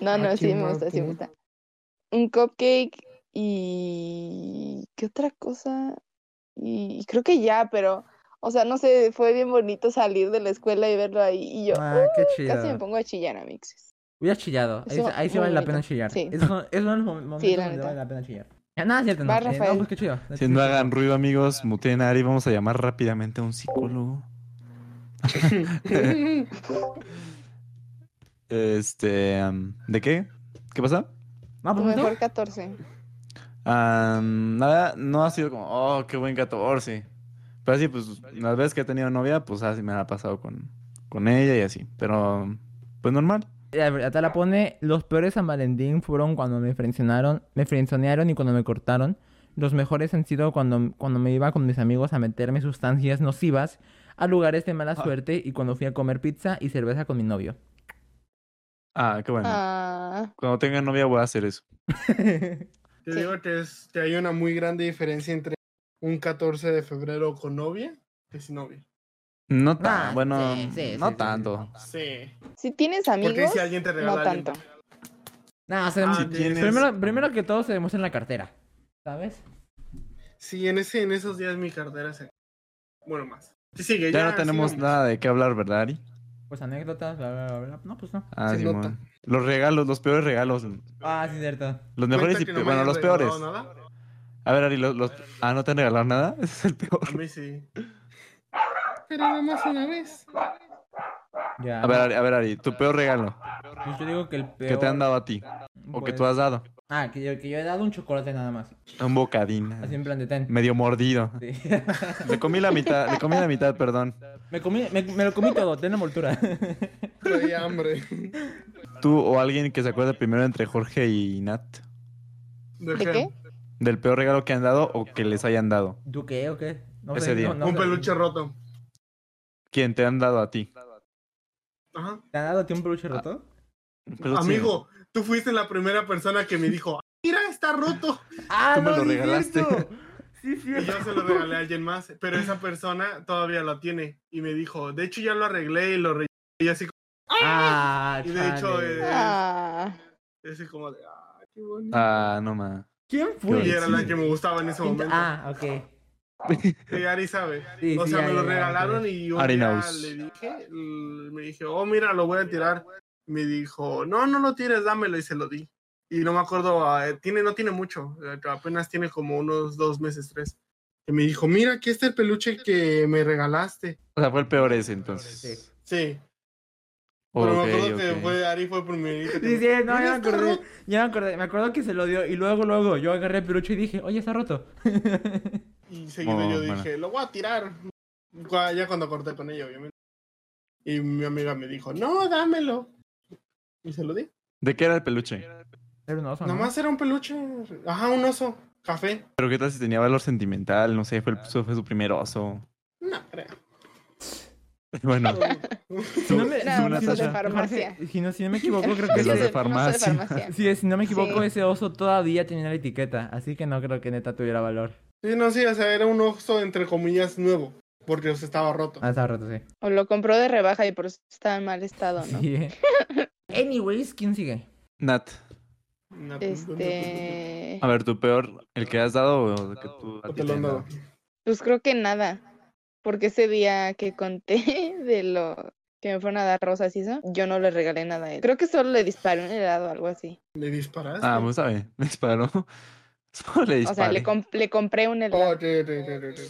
D: No,
C: Ah,
D: no,
C: qué
D: sí me
C: mal
D: gusta, sí me
C: pedo.
D: gusta. Un cupcake y... ¿Qué otra cosa? Y creo que ya, pero... O sea, no sé, fue bien bonito salir de la escuela y verlo ahí. Y yo
A: Ah, qué
D: uh,
A: chido.
D: casi me pongo a chillar, amixes.
A: Hubiera chillado. Ahí,
D: Eso,
A: ahí sí
D: muy
A: vale la
D: bonito.
A: pena chillar.
D: Sí.
A: Esos son, esos son los mom- momentos
D: la
A: donde
D: neta.
A: vale la pena chillar. Ya, nada, cierto, no.
D: Va,
A: Eh, no,
D: Rafael.
A: pues qué chido.
B: Si no hagan ruido, amigos, muteen a Ari. Vamos a llamar rápidamente a un psicólogo. Este. am, ¿De qué? ¿Qué pasa?
A: No,
D: Tu
A: pues,
D: mejor 14.
B: Am, nada, no ha sido como, oh, qué buen 14. Pero así, pues, las veces que he tenido novia, pues así me la ha pasado con, con ella y así. Pero, pues normal.
A: La verdad te la pone. Los peores San Valentín fueron cuando me frencionaron, me frenzonearon y cuando me cortaron. Los mejores han sido cuando, cuando me iba con mis amigos a meterme sustancias nocivas a lugares de mala
B: Ah.
A: suerte y cuando fui a comer pizza y cerveza con mi novio.
B: Ah, qué bueno.
D: Ah,
B: Cuando tenga novia voy a hacer eso.
C: Te
D: Sí.
C: digo que, es, que hay una muy grande diferencia entre un 14 de febrero con novia que sin novia.
B: No tan,
A: Ah,
B: bueno,
A: sí, sí,
B: no
A: sí, sí.
B: tanto.
C: Sí,
D: si tienes
C: porque
D: amigos,
C: si alguien te regala
D: no
C: algo,
D: tanto.
A: Nada, o sea,
C: Ah,
A: sí,
C: sí,
B: tienes-
A: primero, primero que todo se demuestra en la cartera. ¿Sabes?
C: Sí, en, ese, en esos días mi cartera se... Bueno, más. Sí, sigue,
B: Ya, no tenemos
C: sigamos.
B: nada de qué hablar, ¿verdad, Ari?
A: Pues anécdotas, bla, bla, bla, bla. No, pues no.
B: Ah,
C: Se
B: Simón.
C: nota.
B: Los regalos, los peores regalos.
A: Ah, sí, cierto.
B: Los
C: Cuenta
B: mejores y
C: que
B: pe-
C: no me
B: bueno,
C: hayan
B: los
C: regalado
B: peores.
C: nada.
B: A ver, Ari, los, los- Ah, ¿no te han regalado nada? Ese es el
C: A
B: peor.
C: mí sí. Pero nada más una vez.
A: Ya.
B: A ver, Ari, a ver, Ari, tu peor regalo
A: Pues yo digo que el peor.
B: que te han dado a ti o que
A: pues-
B: tú has dado.
A: Ah, que yo, que yo he dado un chocolate nada más.
B: Un bocadín.
A: Así en plan de ten.
B: Medio mordido.
A: Sí.
B: Le comí la mitad, le comí la mitad, perdón.
A: me, comí, me, me lo comí todo, ten la envoltura.
C: Traía hambre.
B: Tú o alguien que se acuerde primero entre Jorge y Nat.
D: ¿De qué?
B: Del peor regalo que han dado o que les hayan dado.
A: ¿Tú qué o qué? No
B: Ese día.
C: un peluche roto.
B: ¿Quién te han dado a ti?
C: Ajá.
A: ¿Te han dado a ti un peluche roto?
B: Pero sí,
C: Amigo, tú fuiste la primera persona que me dijo, mira, está roto.
A: ¡Ah,
B: Tú me lo
A: sí es
B: regalaste.
A: cierto. Sí,
C: Y
A: sí.
C: yo se lo regalé a alguien más, pero esa persona todavía lo tiene. Y me dijo, de hecho ya lo arreglé y lo re... Y así,
A: Ah,
C: Y de hecho,
A: chale.
C: eh,
D: Ah,
C: como- así como de, ah, qué bonito.
B: Ah, no ma.
A: ¿Quién
C: y
A: fue?
B: Yo-
C: era
B: sí.
C: la que me gustaba en ese momento.
A: Ah, ok.
C: Sí, Ari sabe.
A: Sí,
C: O
A: sí,
C: sea,
A: ya,
C: me
A: ya,
C: lo
A: ya,
C: regalaron y un
B: Ari
C: día
B: knows.
C: le dije, l- me dije, oh, mira, lo voy a tirar. Me dijo, no, no lo tires, dámelo y se lo di. Y no me acuerdo, ah, eh, tiene, no tiene mucho, eh, apenas tiene como unos dos meses, tres. Y me dijo, mira, aquí está el peluche que me regalaste.
B: O sea, fue el peor ese
A: Sí.
B: entonces.
C: Sí,
B: Ok,
C: pero me acuerdo
B: ok.
C: que fue, Ari fue el primerito. que
A: Sí,
C: me-
A: sí, no,
C: "Mira,
A: ya me
C: está
A: acordé.
C: roto".
A: Ya me acordé. Me acuerdo que se lo dio. Y luego, luego, yo agarré el peluche y dije, oye, está roto.
C: Y seguido
B: Oh,
C: yo
B: bueno.
C: dije, lo voy a tirar. Cu- Ya cuando corté con ella, obviamente. Y mi amiga me dijo, no, dámelo. Y se lo di.
B: ¿De qué era el peluche?
A: Era un oso, ¿no?
C: Nomás era un peluche. Ajá, un oso. Café.
B: Pero qué tal si tenía valor sentimental, no sé, fue, el- fue su primer oso.
C: No, creo.
B: Bueno,
A: Si no me,
D: Era
A: si-
B: un
A: si-
B: oso de
D: farmacia.
A: Jorge, si no, si no me equivoco, creo que
B: De los de
A: ese,
B: farmacia.
A: sí, si no me equivoco,
D: Sí.
A: ese oso todavía tenía la etiqueta. Así que no creo que neta tuviera valor.
C: Sí, no, sí, o sea, era un oso entre comillas nuevo. Porque o sea, estaba roto.
A: Ah, está roto, sí.
D: O lo compró de rebaja y por eso está en mal estado, ¿no?
A: Sí, eh. Anyways, ¿quién sigue?
B: Nat,
C: No,
D: Este.
B: a ver, tu peor, el que has dado o el que tú a
C: no
B: ti
C: te
B: te
C: lo han
B: han
C: dado.
B: dado?
D: Pues creo que nada. Porque ese día que conté de lo que me fueron a dar rosas y eso, yo no le regalé nada a él. Creo que solo le disparé un helado o algo así.
C: ¿Le disparaste?
B: Ah, pues sabe, le disparó. Solo le disparé.
D: O sea, le, comp- le compré un helado.
C: Oh, re, re, re, re, re.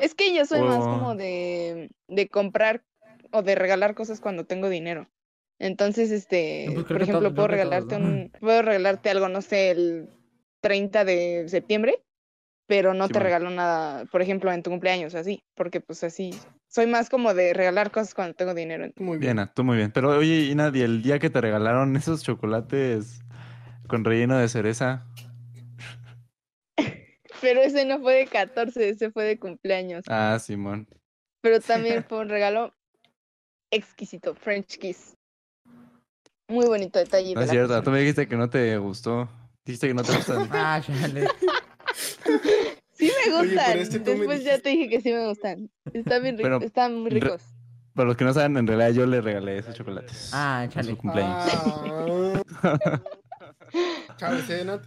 D: Es que yo soy más
B: Oh.
D: como de, de comprar o de regalar cosas cuando tengo dinero. Entonces, este,
A: No, pues creo
D: por
A: que todo- creo
D: ejemplo, puedo
A: que todos,
D: regalarte
A: ¿no?
D: un, puedo regalarte algo, no sé, el 30 de septiembre, pero no te
B: Simón.
D: regalo nada, por ejemplo, en tu cumpleaños o así, porque pues así, soy más como de regalar cosas cuando tengo dinero.
C: Muy
B: Bien,
C: bien.
B: Nat, tú muy bien. Pero oye, y Nat, ¿y el día que te regalaron esos chocolates con relleno de cereza?
D: Pero ese no fue de 14, ese fue de cumpleaños.
B: Ah, Simón.
D: Pero también fue un regalo exquisito, French kiss. Muy bonito detalle.
B: No es
D: de la
B: cierto,
D: persona.
B: tú me dijiste que no te gustó. Dijiste que no te gustan.
A: Ah, chale.
D: Sí me
C: Oye,
D: gustan.
C: pero es que tú me
D: Después ya te dije que sí me gustan. Están bien
B: Pero-
D: ricos. Están muy
B: re-
D: ricos.
B: Para los que no saben, en realidad yo le regalé esos chocolates.
A: Ah,
B: en su
A: chale.
B: cumpleaños.
C: Ah. Chale, sí, Nat.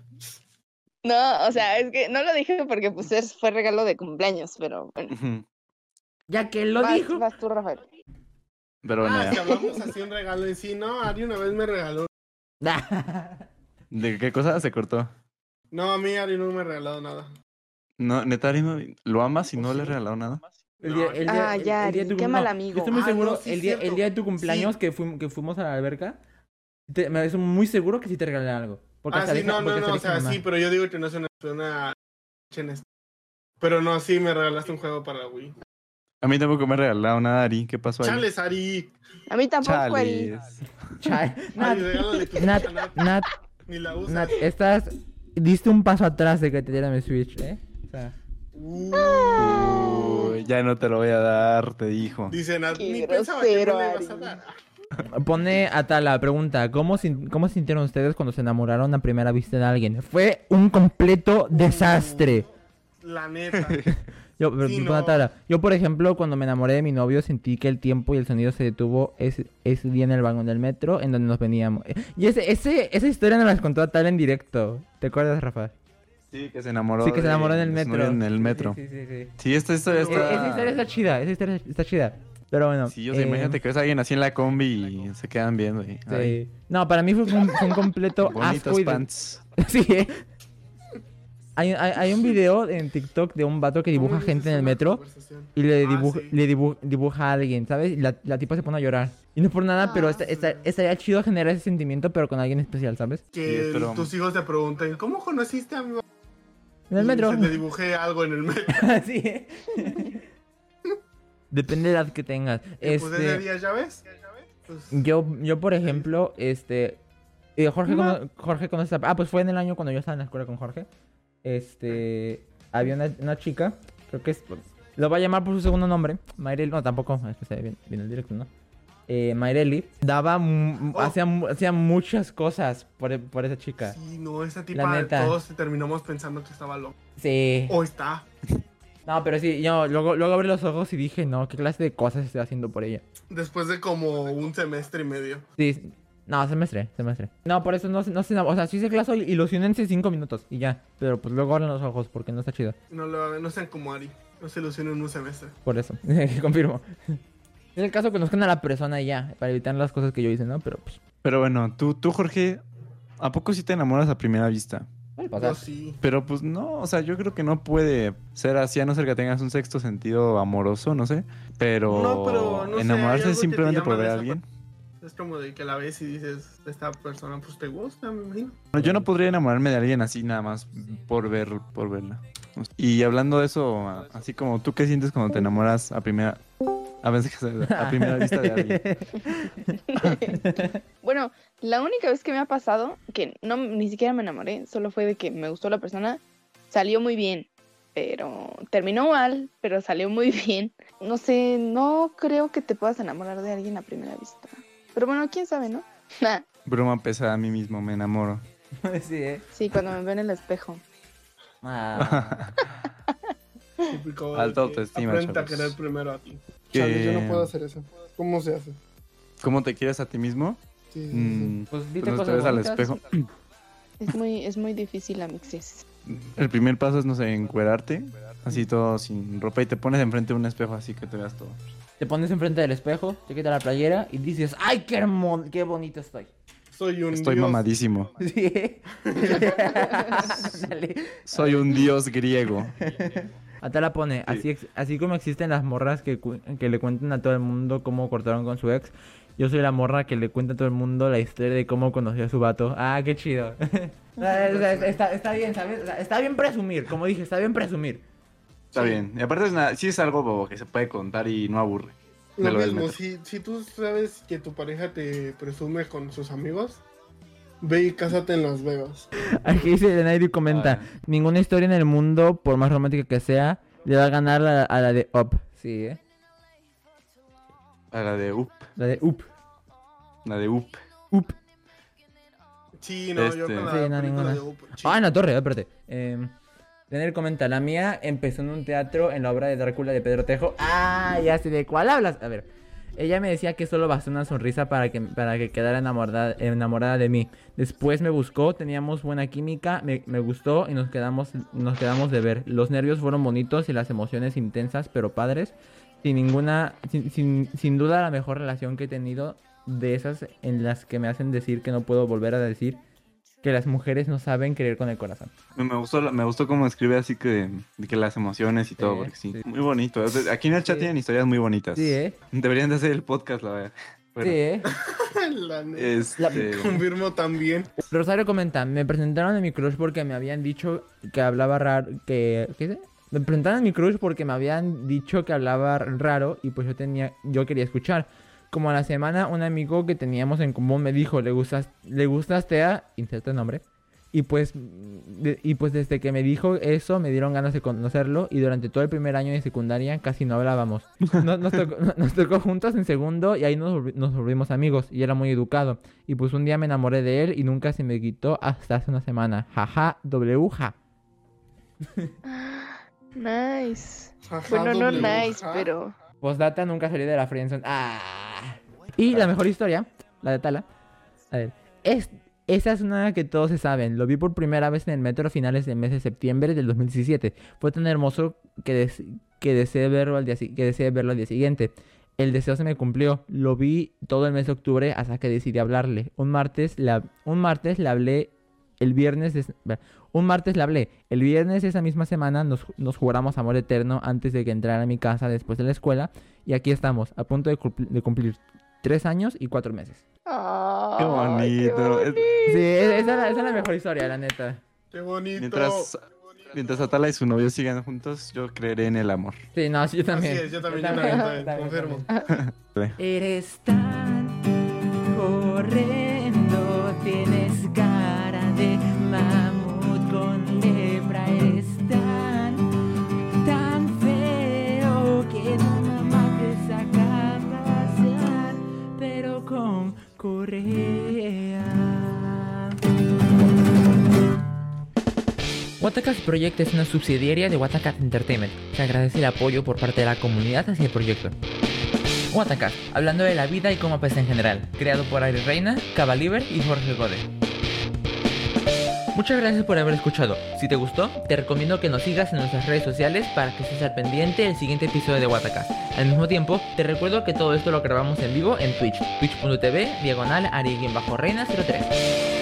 D: No, o sea, es que no lo dije porque pues es- fue regalo de cumpleaños, pero bueno.
B: Ujú.
A: Ya que lo
D: vas,
A: dijo.
D: vas tú, Rafael.
B: Pero bueno,
C: Ah,
B: ya.
C: si hablamos así un regalo en sí, no, Ari una vez me regaló.
B: ¿de qué cosa se cortó?
C: No, a mí Ari no me ha regalado nada.
B: No, neta, Ari, no- ¿lo amas y no le he regalado nada?
A: El día- el día-
D: Ah,
A: el- el
D: ya,
A: día de tu
D: Ari, qué
A: cum-
D: mal
A: no,
D: amigo.
A: Yo estoy muy
C: Ah,
A: seguro,
C: no, sí,
A: el, día, el
C: cierto.
A: día de tu cumpleaños que, fuim- que fuimos a la alberca, te- me es muy seguro que sí te regalé algo. Porque
C: Ah,
A: hasta
C: sí,
A: dije-
C: no, no,
A: porque hasta
C: no, o
A: dije
C: sea,
A: mamá.
C: sí, pero yo digo que no es una... una- Pero no, sí, me regalaste un juego para la Wii.
B: A mí tampoco me ha regalado nada, Ari. ¿Qué pasó ahí?
C: Chales, Ari.
D: A mí tampoco, Ari.
B: Chales.
A: Chale.
C: Ari,
A: Nat,
C: regálale tu
A: Nat,
C: Switch a Nat,
A: Nat,
C: Ni la usa.
A: Nat, estás. Diste un paso atrás de que te diera mi Switch, ¿eh? O sea,
C: Uh,
B: Ah, Uy, ya no te lo voy a dar, te dijo.
C: dice Nat,
D: Qué
C: ni pensaba que no
D: grosero,
C: le ibas a
D: Ari.
C: dar.
A: pone a la pregunta: ¿cómo, sin- ¿Cómo sintieron ustedes cuando se enamoraron a primera vista de alguien? Fue un completo desastre.
C: La neta.
A: Yo, pero
C: Sí,
A: tipo
C: no.
A: Natara, yo, por ejemplo, cuando me enamoré de mi novio, sentí que el tiempo y el sonido se detuvo ese, ese día en el vagón del metro en donde nos veníamos. Eh, Y ese, ese, esa historia nos la contó a en directo. ¿Te acuerdas, Rafa?
B: Sí, que se enamoró.
A: sí, que se
B: de-
A: enamoró en el
B: de su novia
A: metro.
B: En el metro.
A: Sí, sí, sí. sí.
B: Sí, esta historia
C: Eh,
A: E- esa
B: está.
A: historia está chida, esa historia está chida. Pero bueno.
B: Sí, yo sé,
A: eh,
B: imagínate que ves a alguien así en la combi y se quedan viendo.
A: sí.
B: Y, ay,
A: No, para mí fue un, fue un completo asco.
B: bonitos
A: y de-
B: pants.
A: Sí, eh. Hay, hay- hay un video en TikTok de un vato que dibuja gente en el metro. Y le,
C: Ah,
A: dibuj-
C: sí.
A: le dibu- dibuja a alguien, ¿sabes? Y la, la tipa se pone a llorar. Y no es por nada,
C: Ah,
A: pero esta- esta- estaría chido generar ese sentimiento, pero con alguien especial, ¿sabes?
B: Sí,
C: Que
B: pero-
C: tus hijos te pregunten, ¿cómo conociste a mi mamá?
A: En el
C: Y
A: metro.
C: se Te dibujé algo en el metro.
A: sí, ¿eh? Depende de la edad que tengas.
C: Y Pues ese
A: Este,
C: día, ¿ya ves? Pues,
A: yo, yo, por ejemplo, este... eh, Jorge, cono- Jorge conoce a... Ah, pues fue en el año cuando yo estaba en la escuela con Jorge. este, había una, una chica, creo que es, lo va a llamar por su segundo nombre, Mayreli, no, tampoco, es que se ve bien, bien el directo, ¿no? Eh, Mayreli, daba, mu-
C: Oh.
A: hacía, mu- hacía muchas cosas por, por esa chica.
C: Sí, no, esa
A: La
C: tipa
A: neta.
C: todos terminamos pensando que estaba loca.
A: Sí.
C: O está.
A: No, pero sí, yo luego, luego abrí los ojos y dije, no, ¿qué clase de cosas estoy haciendo por ella?
C: Después de como un semestre y medio.
A: Sí, no, semestre, semestre. No, por eso no, se- no se enamoró. O sea, sí se claso ilusionense cinco minutos y ya. Pero pues luego abren los ojos porque no está chido.
C: No, lo hagan, no sean como Ari. No se ilusionen un semestre.
A: Por eso, confirmo. En el caso conozcan a la persona y ya, para evitar las cosas que yo hice, ¿no? Pero pues,
B: Pero bueno, tú, tú, Jorge, ¿a poco sí te enamoras a primera vista?
A: puede pasar.
C: no, sí.
B: Pero pues no, o sea, yo creo que no puede ser así, a no ser que tengas un sexto sentido amoroso, no sé. Pero,
C: No, pero no sé, hay
B: enamorarse
C: algo que te
B: simplemente por
C: llama
B: ver
C: de
B: a
C: esa
B: alguien.
C: Es como de que la ves y dices, esta persona pues te gusta, me imagino.
B: No, yo no podría enamorarme de alguien así nada más por ver, por verla. Y hablando de eso, a- así como tú qué sientes cuando te enamoras a primera, a veces que-
A: ah.
B: a primera vista de alguien.
D: Bueno, la única vez que me ha pasado, que no ni siquiera me enamoré, solo fue de que me gustó la persona, salió muy bien, pero terminó mal, pero salió muy bien. No sé, no creo que te puedas enamorar de alguien a primera vista. Pero bueno, quién sabe, ¿no? Ah, Nah,
B: Broma pesada a mí mismo, me enamoro.
A: sí, eh.
D: sí, cuando me veo en el espejo.
A: Ah.
C: Típico de
B: Alta
C: que
B: autoestima,
C: Aprende a
B: chavos.
C: querer primero a ti.
B: Que-
F: Chale, yo no puedo hacer eso. ¿Cómo se hace?
B: ¿Cómo te quieres a ti mismo?
F: Sí, sí, sí.
B: Mm,
A: Pues dite
B: cuando
A: cosas
B: te ves al
A: bonitas.
B: espejo.
D: Es muy, es muy difícil, amixes.
B: El primer paso es, no sé, encuerarte, así todo sin ropa y te pones enfrente de un espejo así que te veas todo.
A: Te pones enfrente del espejo, te quitas la playera y dices, ¡ay, qué hermoso, qué bonito estoy!
C: Soy un
B: Estoy
C: dios.
B: mamadísimo.
A: Sí. eh. Ándale.
B: Soy un dios griego.
A: Acá la pone, así, ex- así como existen las morras que, cu- que le cuentan a todo el mundo cómo cortaron con su ex, yo soy la morra que le cuenta a todo el mundo la historia de cómo conoció a su vato. Ah, qué chido. O sea, es- es- está, está bien, ¿sabes? O sea, Está bien presumir, como dije, está bien presumir.
B: Está bien. Y aparte es una- sí es algo bobo que se puede contar y no aburre. de
C: Lo
B: lo del
C: mismo,
B: metro.
C: si, si tú sabes que tu pareja te presume con sus amigos, ve y cásate en Las Vegas.
A: Aquí dice Naidu comenta,
B: Ah.
A: ninguna historia en el mundo, por más romántica que sea, le va a ganar la- a la de Up. Sí, ¿eh?
B: A la de up,
A: La de Up.
B: la de up.
A: Up.
C: Sí, no,
B: Este.
C: yo con la
A: Sí, no,
C: película
A: ninguna.
C: de Up- sí.
A: Ah, en la torre, espérate. Eh, Daniel comenta, la mía empezó en un teatro en la obra de Drácula de Pedro Tejo. Ah, ya sé de cuál hablas. A ver, ella me decía que solo bastó una sonrisa para que, para que quedara enamorada, enamorada de mí. Después me buscó, teníamos buena química, me, me gustó y nos quedamos, nos quedamos de ver. Los nervios fueron bonitos y las emociones intensas, pero padres. Sin ninguna, sin, sin, sin duda la mejor relación que he tenido de esas en las que me hacen decir que no puedo volver a decir que las mujeres no saben querer con el corazón.
B: Me, me gustó, la- me gustó cómo escribe así que, de que las emociones y todo,
A: Sí,
B: porque sí.
A: sí.
B: Muy bonito. Es de- Aquí en el chat
A: Sí.
B: tienen historias muy bonitas.
A: Sí, ¿eh?
B: Deberían de hacer el podcast, la verdad. Bueno,
A: Sí, ¿eh?
C: La neta.
B: este,
A: La-
C: Confirmo también.
A: Rosario comenta, me presentaron a mi crush porque me habían dicho que hablaba raro, que... ¿Qué dice? Me presentaron a mi crush porque me habían dicho que hablaba raro y pues yo tenía, yo quería escuchar. Como a la semana un amigo que teníamos en común me dijo, le gustas, le gustas Tea, inserta nombre. Y pues, de- y pues desde que me dijo eso me dieron ganas de conocerlo y durante todo el primer año de secundaria casi no hablábamos. Nos, nos tocó, nos tocó juntos en segundo y ahí nos, volvi- nos volvimos amigos y era muy educado. Y pues un día me enamoré de él y nunca se me quitó hasta hace una semana. Jaja, W, ja.
D: Nice.
C: Ajá,
D: Bueno, no
C: doble
D: nice,
C: hoja.
D: pero...
A: Postdata, nunca salí de la friendzone. ¡Ah! Y la mejor historia, la de Tala. A ver, es, esa es una que todos se saben. Lo vi por primera vez en el metro a finales del mes de septiembre del 2017. Fue tan hermoso que, des- que, deseé verlo al día, si- que deseé verlo al día siguiente. El deseo se me cumplió. Lo vi todo el mes de octubre hasta que decidí hablarle. Un martes, la, un martes le hablé. El viernes... des- un martes le hablé. El viernes esa misma semana nos, nos juramos amor eterno antes de que entrara a mi casa después de la escuela. Y aquí estamos, a punto de, cumpl- de cumplir tres años y cuatro meses.
D: Ay, qué
B: bonito. Es-
A: Sí, e- esa es, la, esa es la mejor historia, la neta.
C: Qué bonito.
B: Mientras, mientras Atala y su novio sigan juntos, yo creeré en el amor.
A: Sí, no, sí, yo también.
C: Así es, yo también, yo también, también, confirmo.
A: Eres tan horrendo, tienes cara de mamut con lepra en Watacat Project es una subsidiaria de Watacat Entertainment, que agradece el apoyo por parte de la comunidad hacia el proyecto. Watacat, hablando de la vida y cómo pesa en general, creado por Ari Reina, Cabaliber y Jorge Gode. Muchas gracias por haber escuchado. Si te gustó, te recomiendo que nos sigas en nuestras redes sociales para que estés al pendiente del siguiente episodio de Watacat. Al mismo tiempo, te recuerdo que todo esto lo grabamos en vivo en Twitch, twitch.tv, diagonal, ari-reina03.